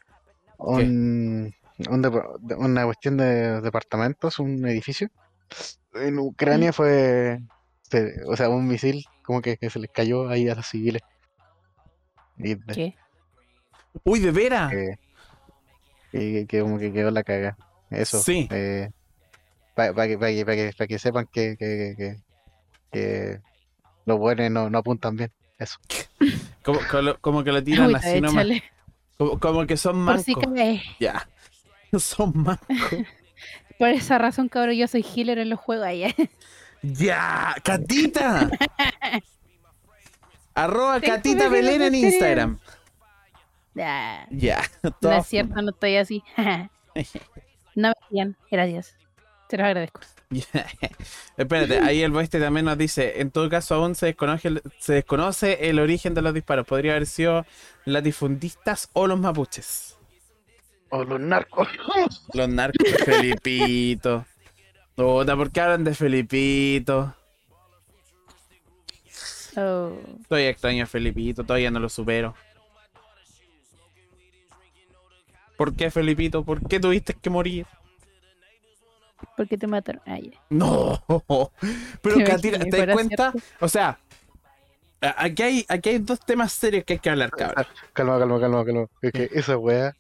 Un, un depa- de- una cuestión de departamentos, un edificio. En Ucrania fue. se- o sea, un misil como que, que se les cayó ahí a los civiles. Y, de- ¿Qué? ¡Uy, de veras! que- y que- que como que quedó la caga. Eso. Sí. para que, pa' que- pa' que- pa' que sepan que, que- que- que- que los buenos no, no apuntan bien. Eso. Como, como- como que lo tiran Agüita, así nomás. échale. Como, como que son Por mancos. si cae. Ya. Son mancos. Por esa razón, cabrón, yo soy healer en los juegos eh. allá. ¡Ya! ¡Catita! Arroba Tengo Catita que ver Belén la en serie. Instagram. Ya, Ya. no Todo- es cierto, no estoy así. no me digan, gracias. Te lo agradezco. Espérate, ahí el boeste también nos dice, en todo caso aún se desconoce, el- se desconoce el origen de los disparos. Podría haber sido latifundistas o los mapuches. O los narcos. Los narcos de Felipito. Puta, ¿por qué hablan de Felipito? Oh, Todavía extraño a Felipito, todavía no lo supero. ¿Por qué, Felipito? ¿Por qué tuviste que morir? ¿Por qué te mataron? Ah, ya. No, pero Me Catira, imaginé, ¿te das fuera cuenta? O sea, a- aquí hay, aquí hay dos temas serios que hay que hablar, cabrón. Calma, calma, calma, calma. Es que esa weá,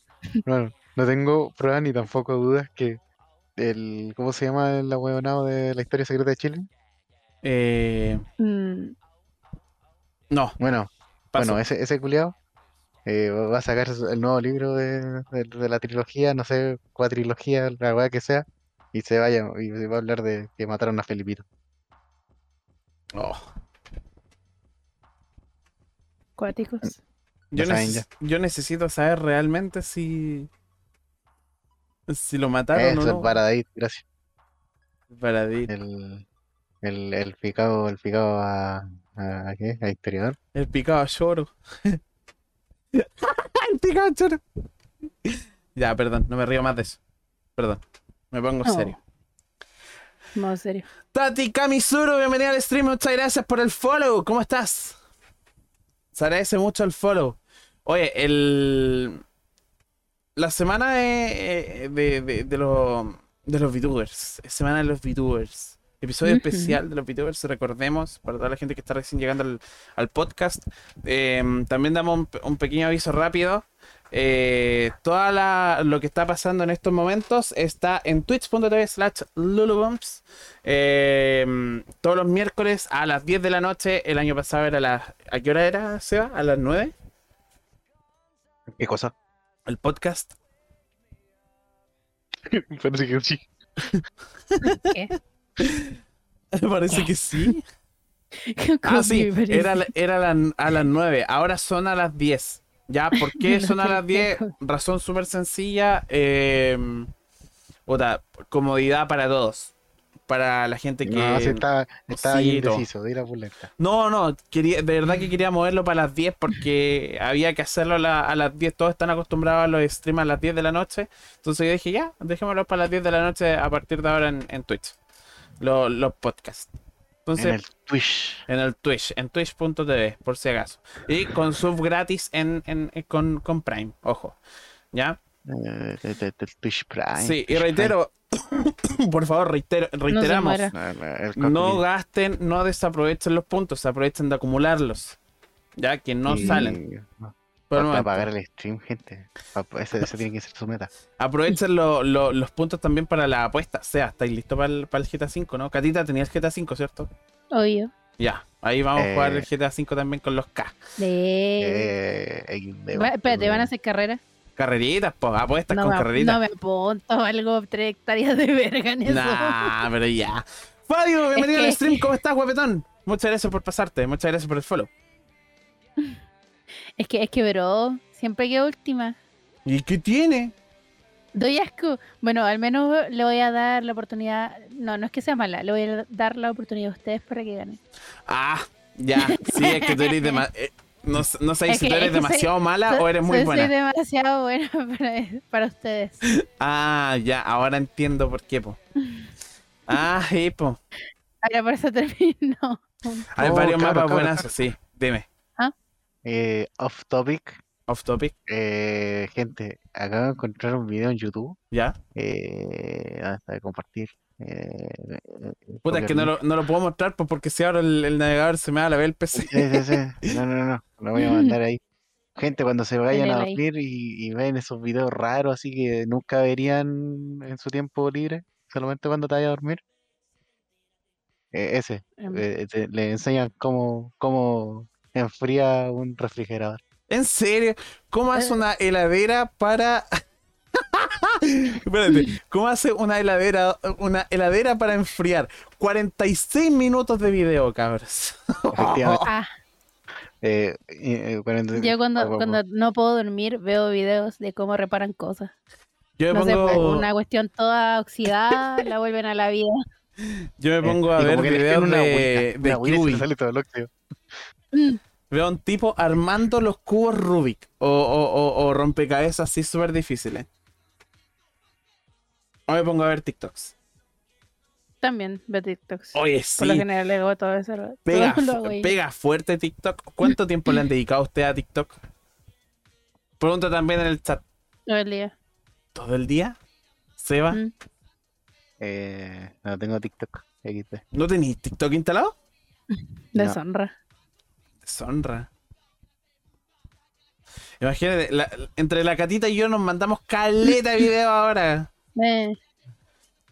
bueno, no tengo pruebas ni tampoco dudas que el, ¿cómo se llama el ahueonado de la historia secreta de Chile? Eh, Mm, no, Bueno, paso. bueno, ese, ese culiao eh, va va a sacar su- el nuevo libro de, de- de la trilogía, no sé, cuatrilogía, la weá que sea, y se vaya, y va a hablar de que mataron a Felipito. Oh, cuáticos. yo, Ya saben, neces- ya. yo necesito saber realmente si si lo mataron Eso o es no. para David, gracias. Para di- El, el, el picado, el picado a, a, ¿a qué? A historiador. El picado lloro. el picado lloro. Ya, perdón, no me río más de eso. Perdón, me pongo No. serio. No, en serio. Tati Kamisuro, bienvenida al stream, muchas gracias por el follow. ¿Cómo estás? Se agradece mucho el follow. Oye, el... La semana de, eh, de, de, de los, de los VTubers. Semana de los VTubers. Episodio Ujú. especial de los VTubers. Recordemos, para toda la gente que está recién llegando al, al podcast. eh, también damos un, pe- un pequeño aviso rápido. Eh, toda la- lo que está pasando en estos momentos está en twitch.tv slash lulubumps. Eh, todos los miércoles a las 10 de la noche. El año pasado era a las... ¿A qué hora era, Seba? ¿A las 9? ¿Qué cosa? El podcast. Parece que sí. ¿Qué? Parece que sí. ¿Cómo Ah, sí, me parece? era, la- era la- a las 9, ahora son a las 10. ¿Ya? ¿Por qué No son a te las 10? creo. Razón súper sencilla. Eh, puta, comodidad para todos. Para la gente que... No, sí, estaba, estaba bien Osito. indeciso de ir a Pulenta. No, no, quería, de verdad que quería moverlo para las 10 porque había que hacerlo a, la- a las 10. Todos están acostumbrados a los streams a las 10 de la noche. Entonces yo dije, ya, dejémoslo para las 10 de la noche a partir de ahora en, en Twitch. Lo- los podcasts. Entonces, En el Twitch. en el Twitch, en twitch.tv, por si acaso. Y con sub gratis en, en- eh, con, con Prime, ojo. ¿Ya? Eh, de- de- del Twitch Prime. sí, y Twitch reitero, por favor, reitero, reiteramos. muera. Prime. No, no, el No copy. gasten, no desaprovechen los puntos, aprovechen de acumularlos. Ya que no Y- salen. no, Por el para momento. pagar el stream, gente. Pa- Esa, esa tiene que ser su meta. Aprovechen lo- lo- los puntos también para la apuesta. O sea, estáis listos para el, para el GTA V, ¿no? Catita, tenías GTA V, ¿cierto? Obvio. Ya, ahí vamos a jugar Eh. el GTA V también con los K. De... Eh, hay un dedo. Va- espérate, ¿van a hacer carrera? Carreritas, pues, apuestas No con me, ap- carreritas. no me apunto, algo tres hectáreas de verga en eso. Nah, pero ya. Fabio, bienvenido al que- stream. ¿Cómo estás, guapetón? Muchas gracias por pasarte. Muchas gracias por el follow. Es que, es que, bro, siempre quedo última. ¿Y qué tiene? Doy asco. Bueno, al menos le voy a dar la oportunidad. No, no es que sea mala, le voy a dar la oportunidad a ustedes para que ganen. Ah, ya. Sí, es que tú eres demasiado. no, s- no sé Es si que- tú eres es que soy- demasiado mala So- o eres muy soy- buena. Soy demasiado buena para, para ustedes. Ah, ya. Ahora entiendo por qué, po. Ah, sí, po. Ahora por eso termino. Hay Oh, varios claro, mapas claro, buenas, claro. sí. Dime. Eh, off topic. Off topic, Eh, gente, acabo de encontrar un video en YouTube. ya. Eh, hasta de compartir. Eh, Puta, es que no lo, no lo puedo mostrar pues, porque si ahora el, el navegador se me va a la ver el PC. Sí, sí, sí. No, no, no. Lo voy a mandar ahí. Gente, cuando se vayan a Tenelo ahí. dormir y, y ven esos videos raros así que nunca verían en su tiempo libre, solamente cuando te vayas a dormir. eh, ese. Em, eh, te- le enseñan cómo, cómo enfría un refrigerador. ¿En serio? ¿Cómo hace una heladera para... Espérate, ¿cómo hace una heladera, una heladera para enfriar? 46 minutos de video, cabros. Efectivamente. Ah, Eh, y, eh, cuarenta y- yo ah, cuando, bueno, cuando no puedo dormir veo videos de cómo reparan cosas. Yo me No sé, pues, pongo, una cuestión toda oxidada, la vuelven a la vida. yo me eh, pongo a y como ver que le videos tiran una de, agüita, de una agüita y se le Kiwi. sale todo el óxido. Veo a un tipo armando los cubos Rubik o, o- o- o rompecabezas así súper difíciles. O me pongo a ver TikToks. También veo TikToks. Oye, Por lo sí, general le hago todo eso. todo pega, lo hago ahí. pega fuerte TikTok. ¿Cuánto tiempo le han dedicado a usted a TikTok? Pregunta también en el chat. todo el día. ¿Todo el día? Seba, Mm. Eh, no tengo TikTok. XD. ¿no tenéis TikTok instalado? No. Deshonra. Deshonra. Imagínate, la- entre la catita y yo nos mandamos caleta de video ahora. Eh,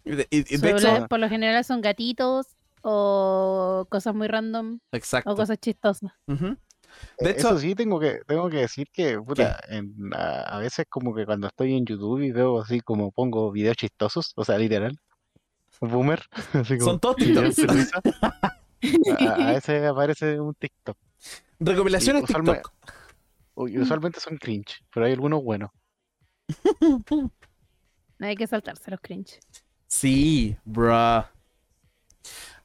Y de- y- y de sobre hecho- la- por lo general son gatitos o cosas muy random exacto. o cosas chistosas. Ujú. Eh, De eso hecho, sí tengo que tengo que decir que puta, en- a, a veces como que cuando estoy en YouTube y veo así como pongo videos chistosos, o sea, literal, boomer, así como son todos videos TikToks. de risa, a, a veces aparece un TikTok. Recopilaciones Sí, usualmente- TikTok. U- y Usualmente son cringe, pero hay algunos buenos. No hay que saltarse los cringe. Sí, bruh. A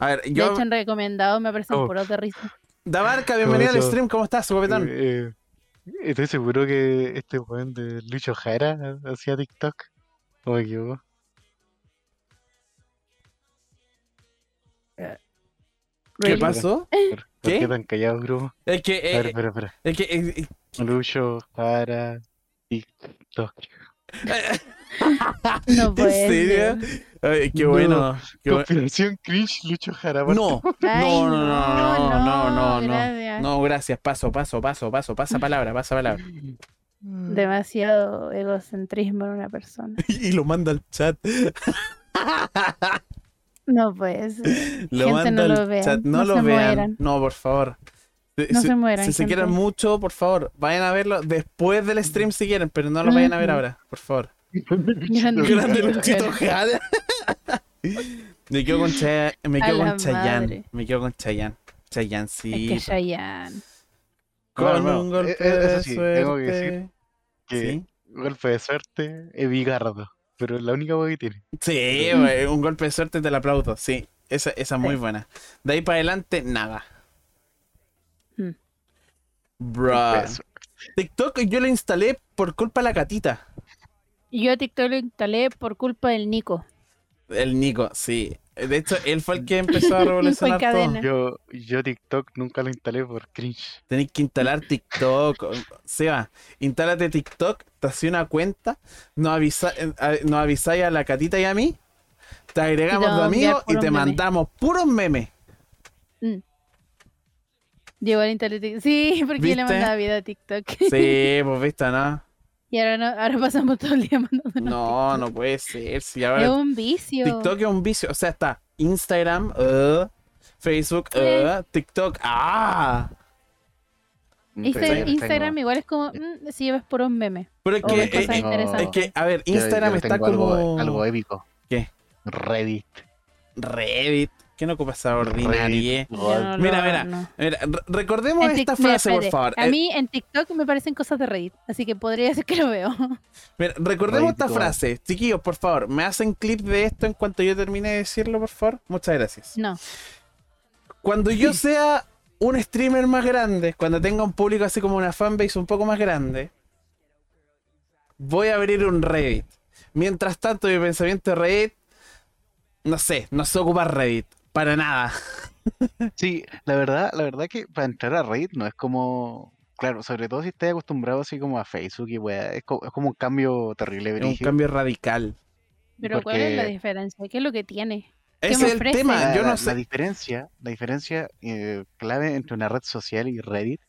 ver, De yo. hecho, en recomendado me aparecen Oh. puros de risa. Dabarca, bienvenido al Eso. stream. ¿Cómo estás, guapetón? Eh, eh, estoy seguro que este weón de Lucho Jara hacía TikTok. ¿O me equivoco? ¿Qué Really? pasó? ¿Por ¿Qué? qué tan callado, Bruno? Es que, eh, espera, espera, espera. es que, eh, eh, Lucho, Jara, TikTok. No ¿En puede serio? ser. Ay, qué No. bueno. qué bu- Conspiración cringe, Lucho Jara. aparte. No, Ay, no, no, no, no, no, no, no. gracias. No, gracias. Paso, paso, paso, paso, pasa palabra, pasa palabra. Mm. Demasiado egocentrismo en una persona. Y lo manda al chat. No pues, puede ser. Lo manda Gente, no al lo vean, chat. No, no lo se vean. mueran. No, por favor. No si, se mueran. si se gente. quieren mucho, por favor, vayan a verlo después del stream si quieren, pero no lo vayan a ver Ujú. ahora, por favor. Grande Lucho Grande Jara. Luchito Jade. Me quedo con, Cha- me A quedo la con Chayanne. madre. Me quedo con Chayanne. Chayanne, sí. pues. Es que Chayanne. Con Bueno, bueno, un eh, golpe eh, eso de sí, suerte. tengo que decir Que Sí, golpe de suerte es Bigardo. Pero es la única hueá que tiene. Sí, Mm. güey, un golpe de suerte te la aplaudo. Sí, esa, esa es muy buena. De ahí para adelante, nada. Mm. Bruh. Golpe de suerte. TikTok yo lo instalé por culpa de la catita. Y Yo a TikTok lo instalé por culpa del Nico. El Nico, sí. De hecho, él fue el que empezó a revolucionar todo. cadena. Yo, yo TikTok nunca lo instalé por cringe. Tenés que instalar TikTok. Seba, instálate TikTok, te haces una cuenta, nos, avisa, eh, a- nos avisáis a la catita y a mí, te agregamos vamos de a enviar amigos y puros te memes. mandamos puros memes. Llegó al internet. Sí, porque yo ¿Viste? le mandaba video a TikTok. Sí, pues viste, ¿no? Y ahora, no, ahora pasamos todo el día mandando. No, no puede ser. Si Es ahora un vicio. TikTok es un vicio. O sea, está Instagram, eh, Facebook, eh, TikTok. ¡Ah! Pero yo Insta- tengo- Este Instagram igual es como, mm, si llevas puros memes. Pero es O Yo que, ves cosas eh, tengo- interesantes. es que, a ver, yo- yo Instagram está tengo algo- como Algo épico. ¿Qué? Reddit. Reddit. ¿Qué no ocupa esa ordinaria? Reddit. Yo no lo- Mira, mira, no. Mira, re- recordemos En esta Tik- mira, frase, por espérate, favor. A Eh, mí en TikTok me parecen cosas de Reddit, así que podría ser que lo veo. Eh, mira, recordemos esta Ridículo. frase. Chiquillos, por favor, ¿me hacen clip de esto en cuanto yo termine de decirlo, por favor? Muchas gracias. No, Cuando yo sea un streamer más grande, cuando tenga un público así como una fanbase un poco más grande, voy a abrir un Reddit. Mientras tanto, mi pensamiento de Reddit, no sé, no sé ocupar Reddit. Para nada. Sí, la verdad, la verdad que para entrar a Reddit no es como, claro, sobre todo si estás acostumbrado así como a Facebook y weá, es co- es como, un cambio terrible, Es un brígido. cambio radical. pero ¿cuál es la Porque- diferencia? ¿Qué es lo que tiene? Ese me es el ofrecen? tema. La, Yo la- no la sé. diferencia, la diferencia eh, clave entre una red social y Reddit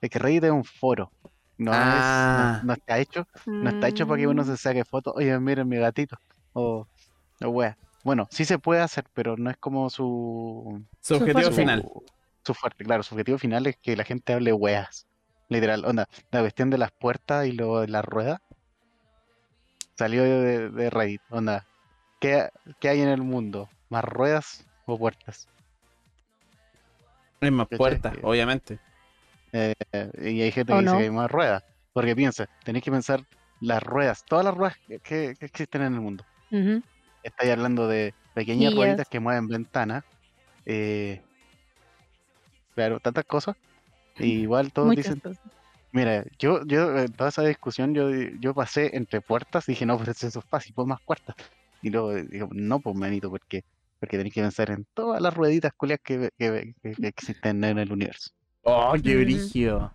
es que Reddit es un foro, no es, no- Ah. Mm. no, está hecho, no está hecho para que Mm, uno se saque fotos, oye, miren mi gatito, o, o weá. Bueno, sí se puede hacer, pero no es como su, Su Su objetivo fuerza. final. Su fuerte, claro, su objetivo final es que la gente hable weas. Literal, onda, la cuestión de las puertas y lo de la rueda salió de, de Reddit, onda. ¿Qué, qué hay en el mundo? ¿Más ruedas o puertas? Es más ¿Cachai? puertas, obviamente. Eh, y hay gente ¿O que no? dice que hay más ruedas, porque piensa, tenéis que pensar las ruedas, todas las ruedas que, que- que existen en el mundo. Ujú. Estáis hablando de pequeñas Sillas. rueditas que mueven ventanas, eh, claro, tantas cosas. Y igual todos Mm. Muchas dicen, cosas. Mira, yo, yo en toda esa discusión yo, yo pasé entre puertas y dije, no, pues eso es fácil, pues más puertas. Y luego eh, digo, no, pues manito, porque, porque tenéis que pensar en todas las rueditas culias que, que- que- que existen en el universo. Oh, qué Ujú. brígido.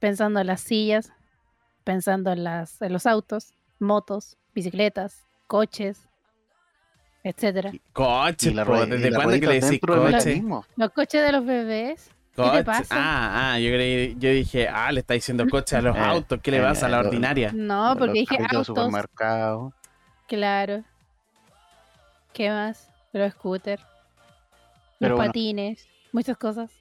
Pensando en las sillas, pensando en, las, en los autos, motos, bicicletas, coches, etcétera. Coche, Y la po, rueda- y pues, ¿desde las cuándo que le rueditas decís dentro del coche? mecanismo. Los coches de los bebés, coche. te pasa? Ah, ah, yo creí, yo dije, ah, le está diciendo coche a los Eh, autos, ¿qué le eh, pasa a la lo- ordinaria? no, los porque dije carritos de autos, supermercado. claro. ¿Qué más? Los scooters, Pero los bueno. patines, muchas cosas.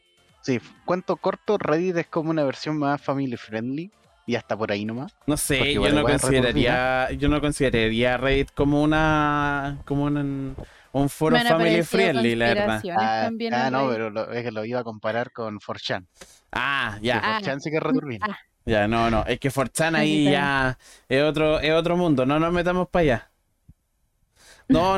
Sí, cuánto corto, Reddit es como una versión más family friendly y hasta por ahí nomás. No sé, Porque yo igual no igual es consideraría, yo no consideraría Reddit como una, como un, un foro Me han family aparecido friendly, la verdad. conspiraciones Ah, también ah, en no, Reddit. pero lo- es que lo iba a comparar con 4chan. Ah, que ya, Ah. 4chan sí que es returbina. Ah. ya, no, no, es que Forchan ahí Ahí ya es otro, es otro mundo, no nos metamos para allá.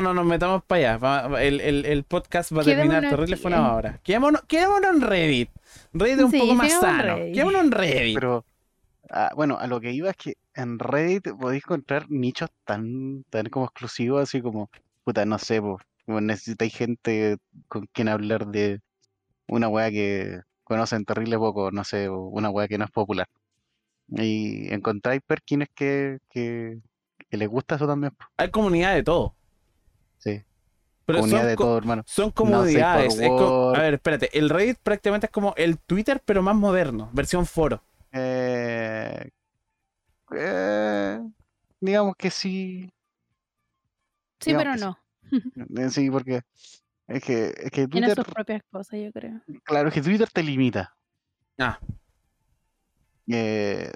No, no nos metamos para allá. va- va- el, el- el podcast va a terminar Quedémonos terrible aquí fue una en- hora. Quedémonos, quedémonos en Reddit. Reddit es un Sí, poco más sigamos en sano. Reddit. Quedémonos en Reddit. Pero, ah, bueno, a lo que iba es que en Reddit podéis encontrar nichos tan, tan como exclusivos, así como, puta, no sé, po, como necesitáis gente con quien hablar de una weá que conocen terrible poco, no sé, una weá que no es popular. Y encontráis perkines que, que, que les gusta eso también. po. Hay comunidad de todo. Sí. Pero Comunidad son, de co- todo, hermano. son por comodidades. es co- Word. a ver, espérate. El Reddit prácticamente es como el Twitter, pero más moderno, versión foro. Eh, eh, digamos que sí. Sí, Digamos pero que sí. no. Eh, Sí, porque es que, es que Tiene Twitter, sus propias cosas, yo creo. claro, es que Twitter te limita. Ah. Eh,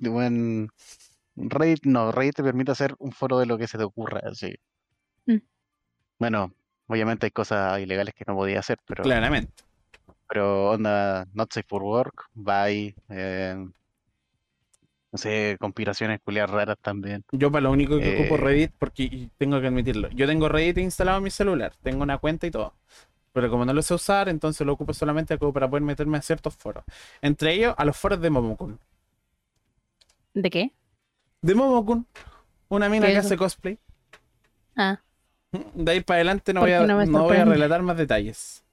de buen Reddit, no, Reddit te permite hacer un foro de lo que se te ocurra, así. Mm. Bueno, obviamente hay cosas ilegales que no podía hacer, pero, Claramente. pero onda, not safe for work, bye, eh, no sé, conspiraciones culiadas raras también. Yo para lo único que Eh. ocupo Reddit, porque y tengo que admitirlo, yo tengo Reddit instalado en mi celular, tengo una cuenta y todo. Pero como no lo sé usar, entonces lo ocupo solamente como para poder meterme a ciertos foros. Entre ellos, a los foros de Momokun. ¿De qué? De Momokun, una mina ¿Qué que es eso? hace cosplay. Mm, Ah, De ahí para adelante no voy, Porque a, no me no voy a sorprende. relatar más detalles.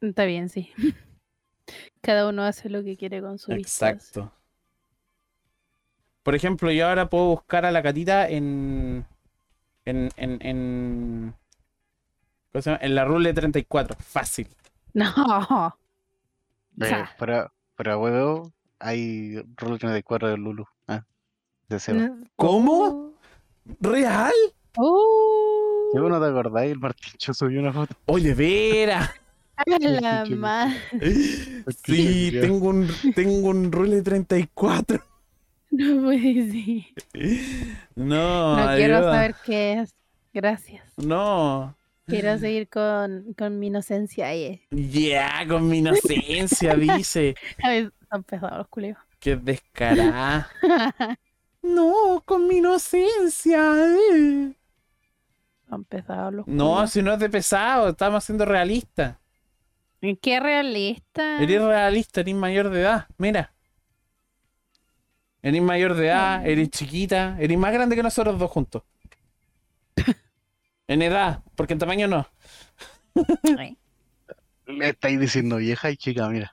está bien, sí. Cada uno hace lo que quiere con su vistas. Exacto. Por ejemplo, yo ahora puedo buscar a la catita en. en. en. en, ¿cómo se llama? en la Rule 34. Fácil. No. Eh, Cha. para, para huevo, hay Rule 34 de Lulu. Ah, de Seba. No. ¿Cómo? ¿Real? Oh. Si vos no te acordáis, el Martincho subió una foto. Oye, vera. A la chucha. ma- Sí, Culiao. tengo un, tengo un rule 34. No puede ser. No, No quiero ayuda. saber qué es. Gracias. No. Mm. Quiero seguir con, con mi inocencia ahí. Ya, con mi inocencia, dice. A ver, son pesados los culeos. Qué descarada. No, con mi inocencia. eh. son pesados los No, culeos. si no es de pesado, estamos siendo realistas. Qué realista. Eres realista, eres mayor de edad. Mira. Eres mayor de edad, eres chiquita, eres más grande que nosotros dos juntos. En edad, porque en tamaño no. Ay, Le estáis diciendo vieja y chica, mira.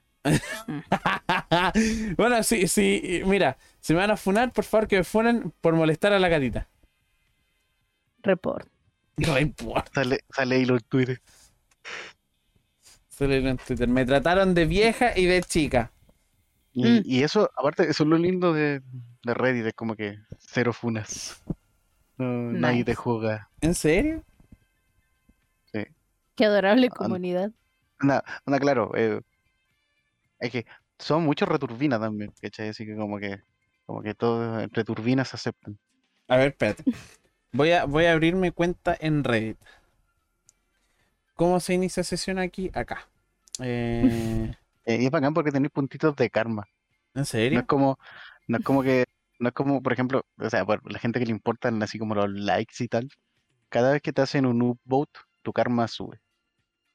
bueno, sí, sí, mira, si me van a funar, por favor que me funen por molestar a la gatita. Report. No importa. Sale, sale ahí lo en Twitter. Solo en Twitter. Me trataron de vieja y de chica. Y, Mm. y eso, aparte, eso es lo lindo de, de Reddit, es como que cero funas. No, Nadie te Nice. juega. ¿En serio? Qué adorable Ah, comunidad. Anda, anda, claro. eh, es que son muchos returbinas también, ¿cachai? Así que como que, como que todos entre turbinas se aceptan. A ver, espérate. Voy a, voy a abrir mi cuenta en Reddit. ¿Cómo se inicia sesión aquí? Acá. Eh, Eh, y es bacán porque tenéis puntitos de karma. ¿En No serio? es como, no es como que, no es como, por ejemplo, o sea, por la gente que le importan así como los likes y tal, cada vez que te hacen un upvote, tu karma sube.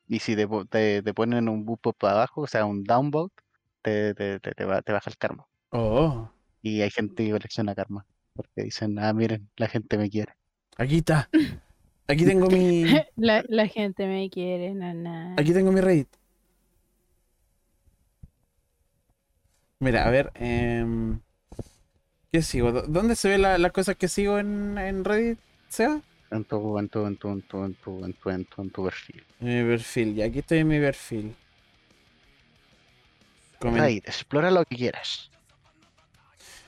Y si te, po- te, te ponen un upvote para abajo, o sea, un downvote, te, te, te, te ba- te baja el karma. Oh, Y hay gente que colecciona karma, porque dicen, ah, miren, la gente me quiere. aquí está. Aquí tengo mi. La, la gente me quiere, nana. Aquí tengo mi Reddit. Mira, a ver. em, ¿Qué sigo? ¿Dó- ¿Dónde se ve la- las cosas que sigo en, en Reddit, Seba? En tu, en tu, en tu, en tu, en tu, en tu, en tu, en tu perfil. En mi perfil, ya aquí estoy en mi perfil. Comen- Ahí, explora lo que quieras.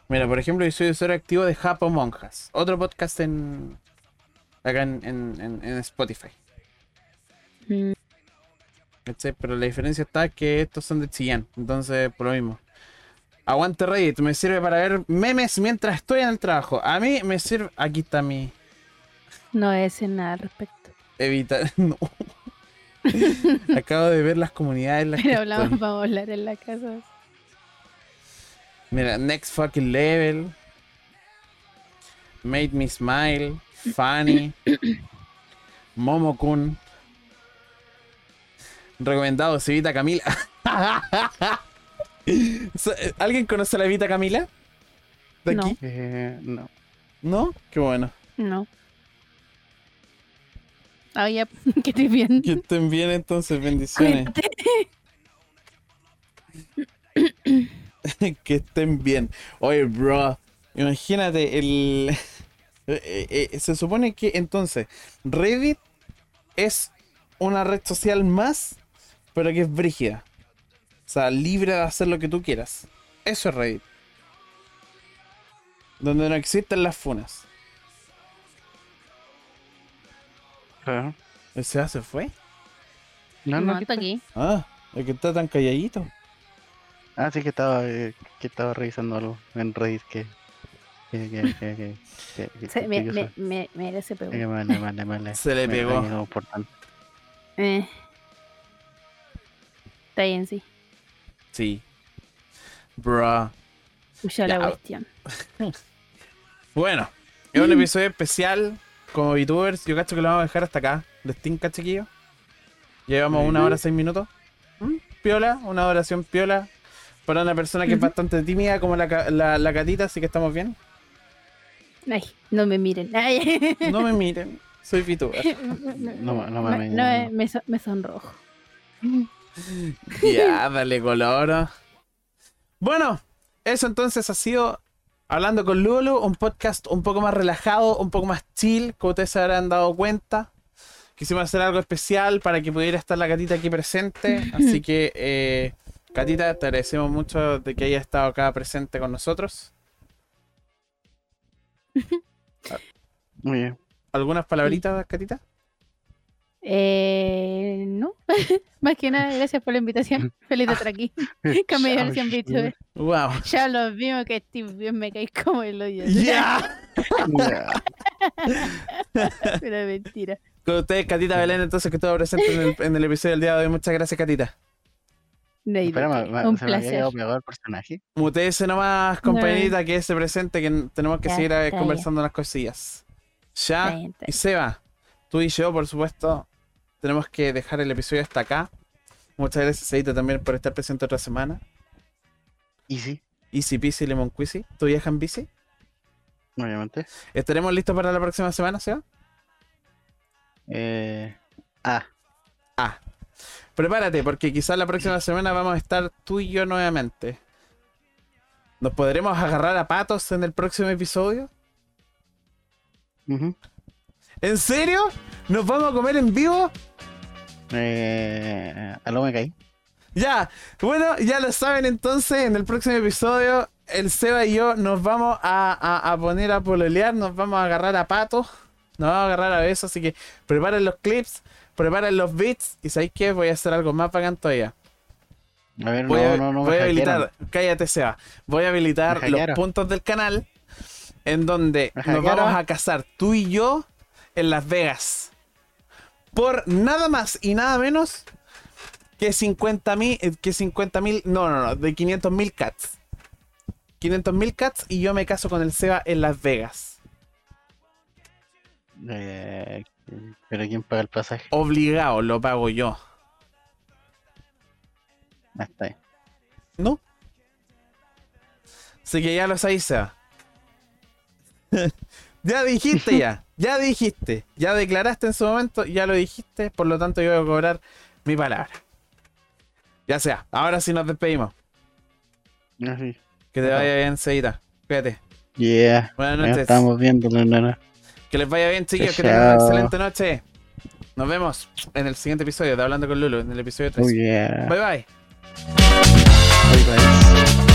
Mira, por ejemplo, yo soy usuario activo de Japo Monjas. Otro podcast en. Acá en, en- en- en Spotify. Mm, ¿cachai? Este, Pero la diferencia está que estos son de Chillán. Entonces, por lo mismo. Aguante Reddit, me sirve para ver memes mientras estoy en el trabajo. A mí me sirve. Aquí está mi. no voy a decir nada al respecto. Evitar. No. Acabo de ver las comunidades en las que Pero hablamos, estoy. vamos a hablar en la casa. Mira, Next Fucking Level. Made Me Smile. Funny. Momokun. Recomendado, Evita Camila. So- eh, ¿Alguien conoce a la Evita Camila? ¿De No. aquí? Eh, no. ¿No? Qué bueno. No. Ah, ya, que estés bien. Que estén bien entonces, bendiciones. que estén bien. Oye, bro, imagínate, el... eh, eh, se supone que entonces Reddit es una red social más, pero que es brígida. O sea, libre de hacer lo que tú quieras. Eso es Reddit. Donde no existen las funas. Claro. ¿El Seba se fue? No, no. No, está aquí. Ah, el que está tan calladito. Ah, sí que estaba, eh, que estaba revisando algo en Reddit que. que, que, que, que, que, que- Se- que me, yo me, soy- me, me merece Eh, preguntar. vale, vale, vale. Se le Me pegó. está llegando por tanto. Eh. Está bien, sí. Sí. Bruh. Escucha Ya. la cuestión. Bueno, es un episodio especial como VTubers. Yo cacho que lo vamos a dejar hasta acá. De Stinka, chiquillo. Llevamos una hora, seis minutos. ¿Mm? Piola, una oración piola. Para una persona que es Ujú. bastante tímida como la, ca- la, la catita, así que estamos bien. Ay, no me miren. Ay. No me miren, soy VTuber. No ma- no mames, No, no. eh, me, so- me sonrojo. Ya, dale color. Bueno, eso entonces ha sido Hablando con Lulu, un podcast un poco más relajado, un poco más chill, como ustedes se habrán dado cuenta. Quisimos hacer algo especial para que pudiera estar la Catita aquí presente. Así que, eh, Catita, te agradecemos mucho de que haya estado acá presente con nosotros. Muy bien. ¿Algunas palabritas, Catita? Eh, no, más que nada, gracias por la invitación. Feliz de estar aquí. Cambio de versión VTuber. ¡Wow! Ya los vimos que estoy bien, me caí como el hoyo. ¡Ya! Ya. Pero mentira. Con ustedes, Catita Belén, entonces que estuvo presente en el, en el episodio del día de hoy. Muchas gracias, Catita. No hay de Espera, ma- qué. ma- Un se me había placer. quedado pegado el personaje. Mutese nomás, compañerita, que se presente, que n- tenemos que Ya, seguir eh, está conversando unas cosillas. Está Ya. bien, está Y Seba, tú y yo, por supuesto, tenemos que dejar el episodio hasta acá. Muchas gracias, Seita, también por estar presente otra semana. Y sí, Easy Peasy Lemon Quizzy, tu viaja en bici. obviamente. ¿Estaremos listos para la próxima semana, Seba? Eh, ah, Prepárate, porque quizás la próxima semana vamos a estar tú y yo nuevamente. ¿Nos podremos agarrar a patos en el próximo episodio? ujú. ¿En serio? ¿Nos vamos a comer en vivo? Eh, algo me caí. Ya, bueno, ya lo saben entonces, en el próximo episodio el Seba y yo nos vamos a, a- a poner a pololear, nos vamos a agarrar a patos, nos vamos a agarrar a besos, así que preparen los clips, preparen los beats y ¿sabéis qué? Voy a hacer algo más bacán todavía. A ver, Voy no, a, no, no me voy a hackearon. habilitar, cállate Seba, voy a Me habilitar los hackearon. puntos del canal en donde Me nos vamos hackearon. a casar tú y yo en Las Vegas. Por nada más y nada menos que 50 mil, eh, que 50 mil, no, no, no, de 500 mil cats. 500 mil cats y yo me caso con el Seba en Las Vegas. Eh, pero ¿quién paga el pasaje? Obligado, lo pago yo. Ah, está bien. ¿No? Así que ya lo sabéis, Seba. ya dijiste ya, ya dijiste, ya declaraste en su momento, ya lo dijiste, por lo tanto yo voy a cobrar mi palabra. Ya sea, ahora sí nos despedimos. Ah, sí. Que te Ajá. vaya bien, Seita. Cuídate. Yeah. Buenas Nos noches. estamos viendo, no, no, no. Que les vaya bien, chicos. Que Chao. tengan una excelente noche. Nos vemos en el siguiente Pues episodio de Hablando con Lulu, en el episodio 3. Oh, yeah. Bye bye. Bye, bye.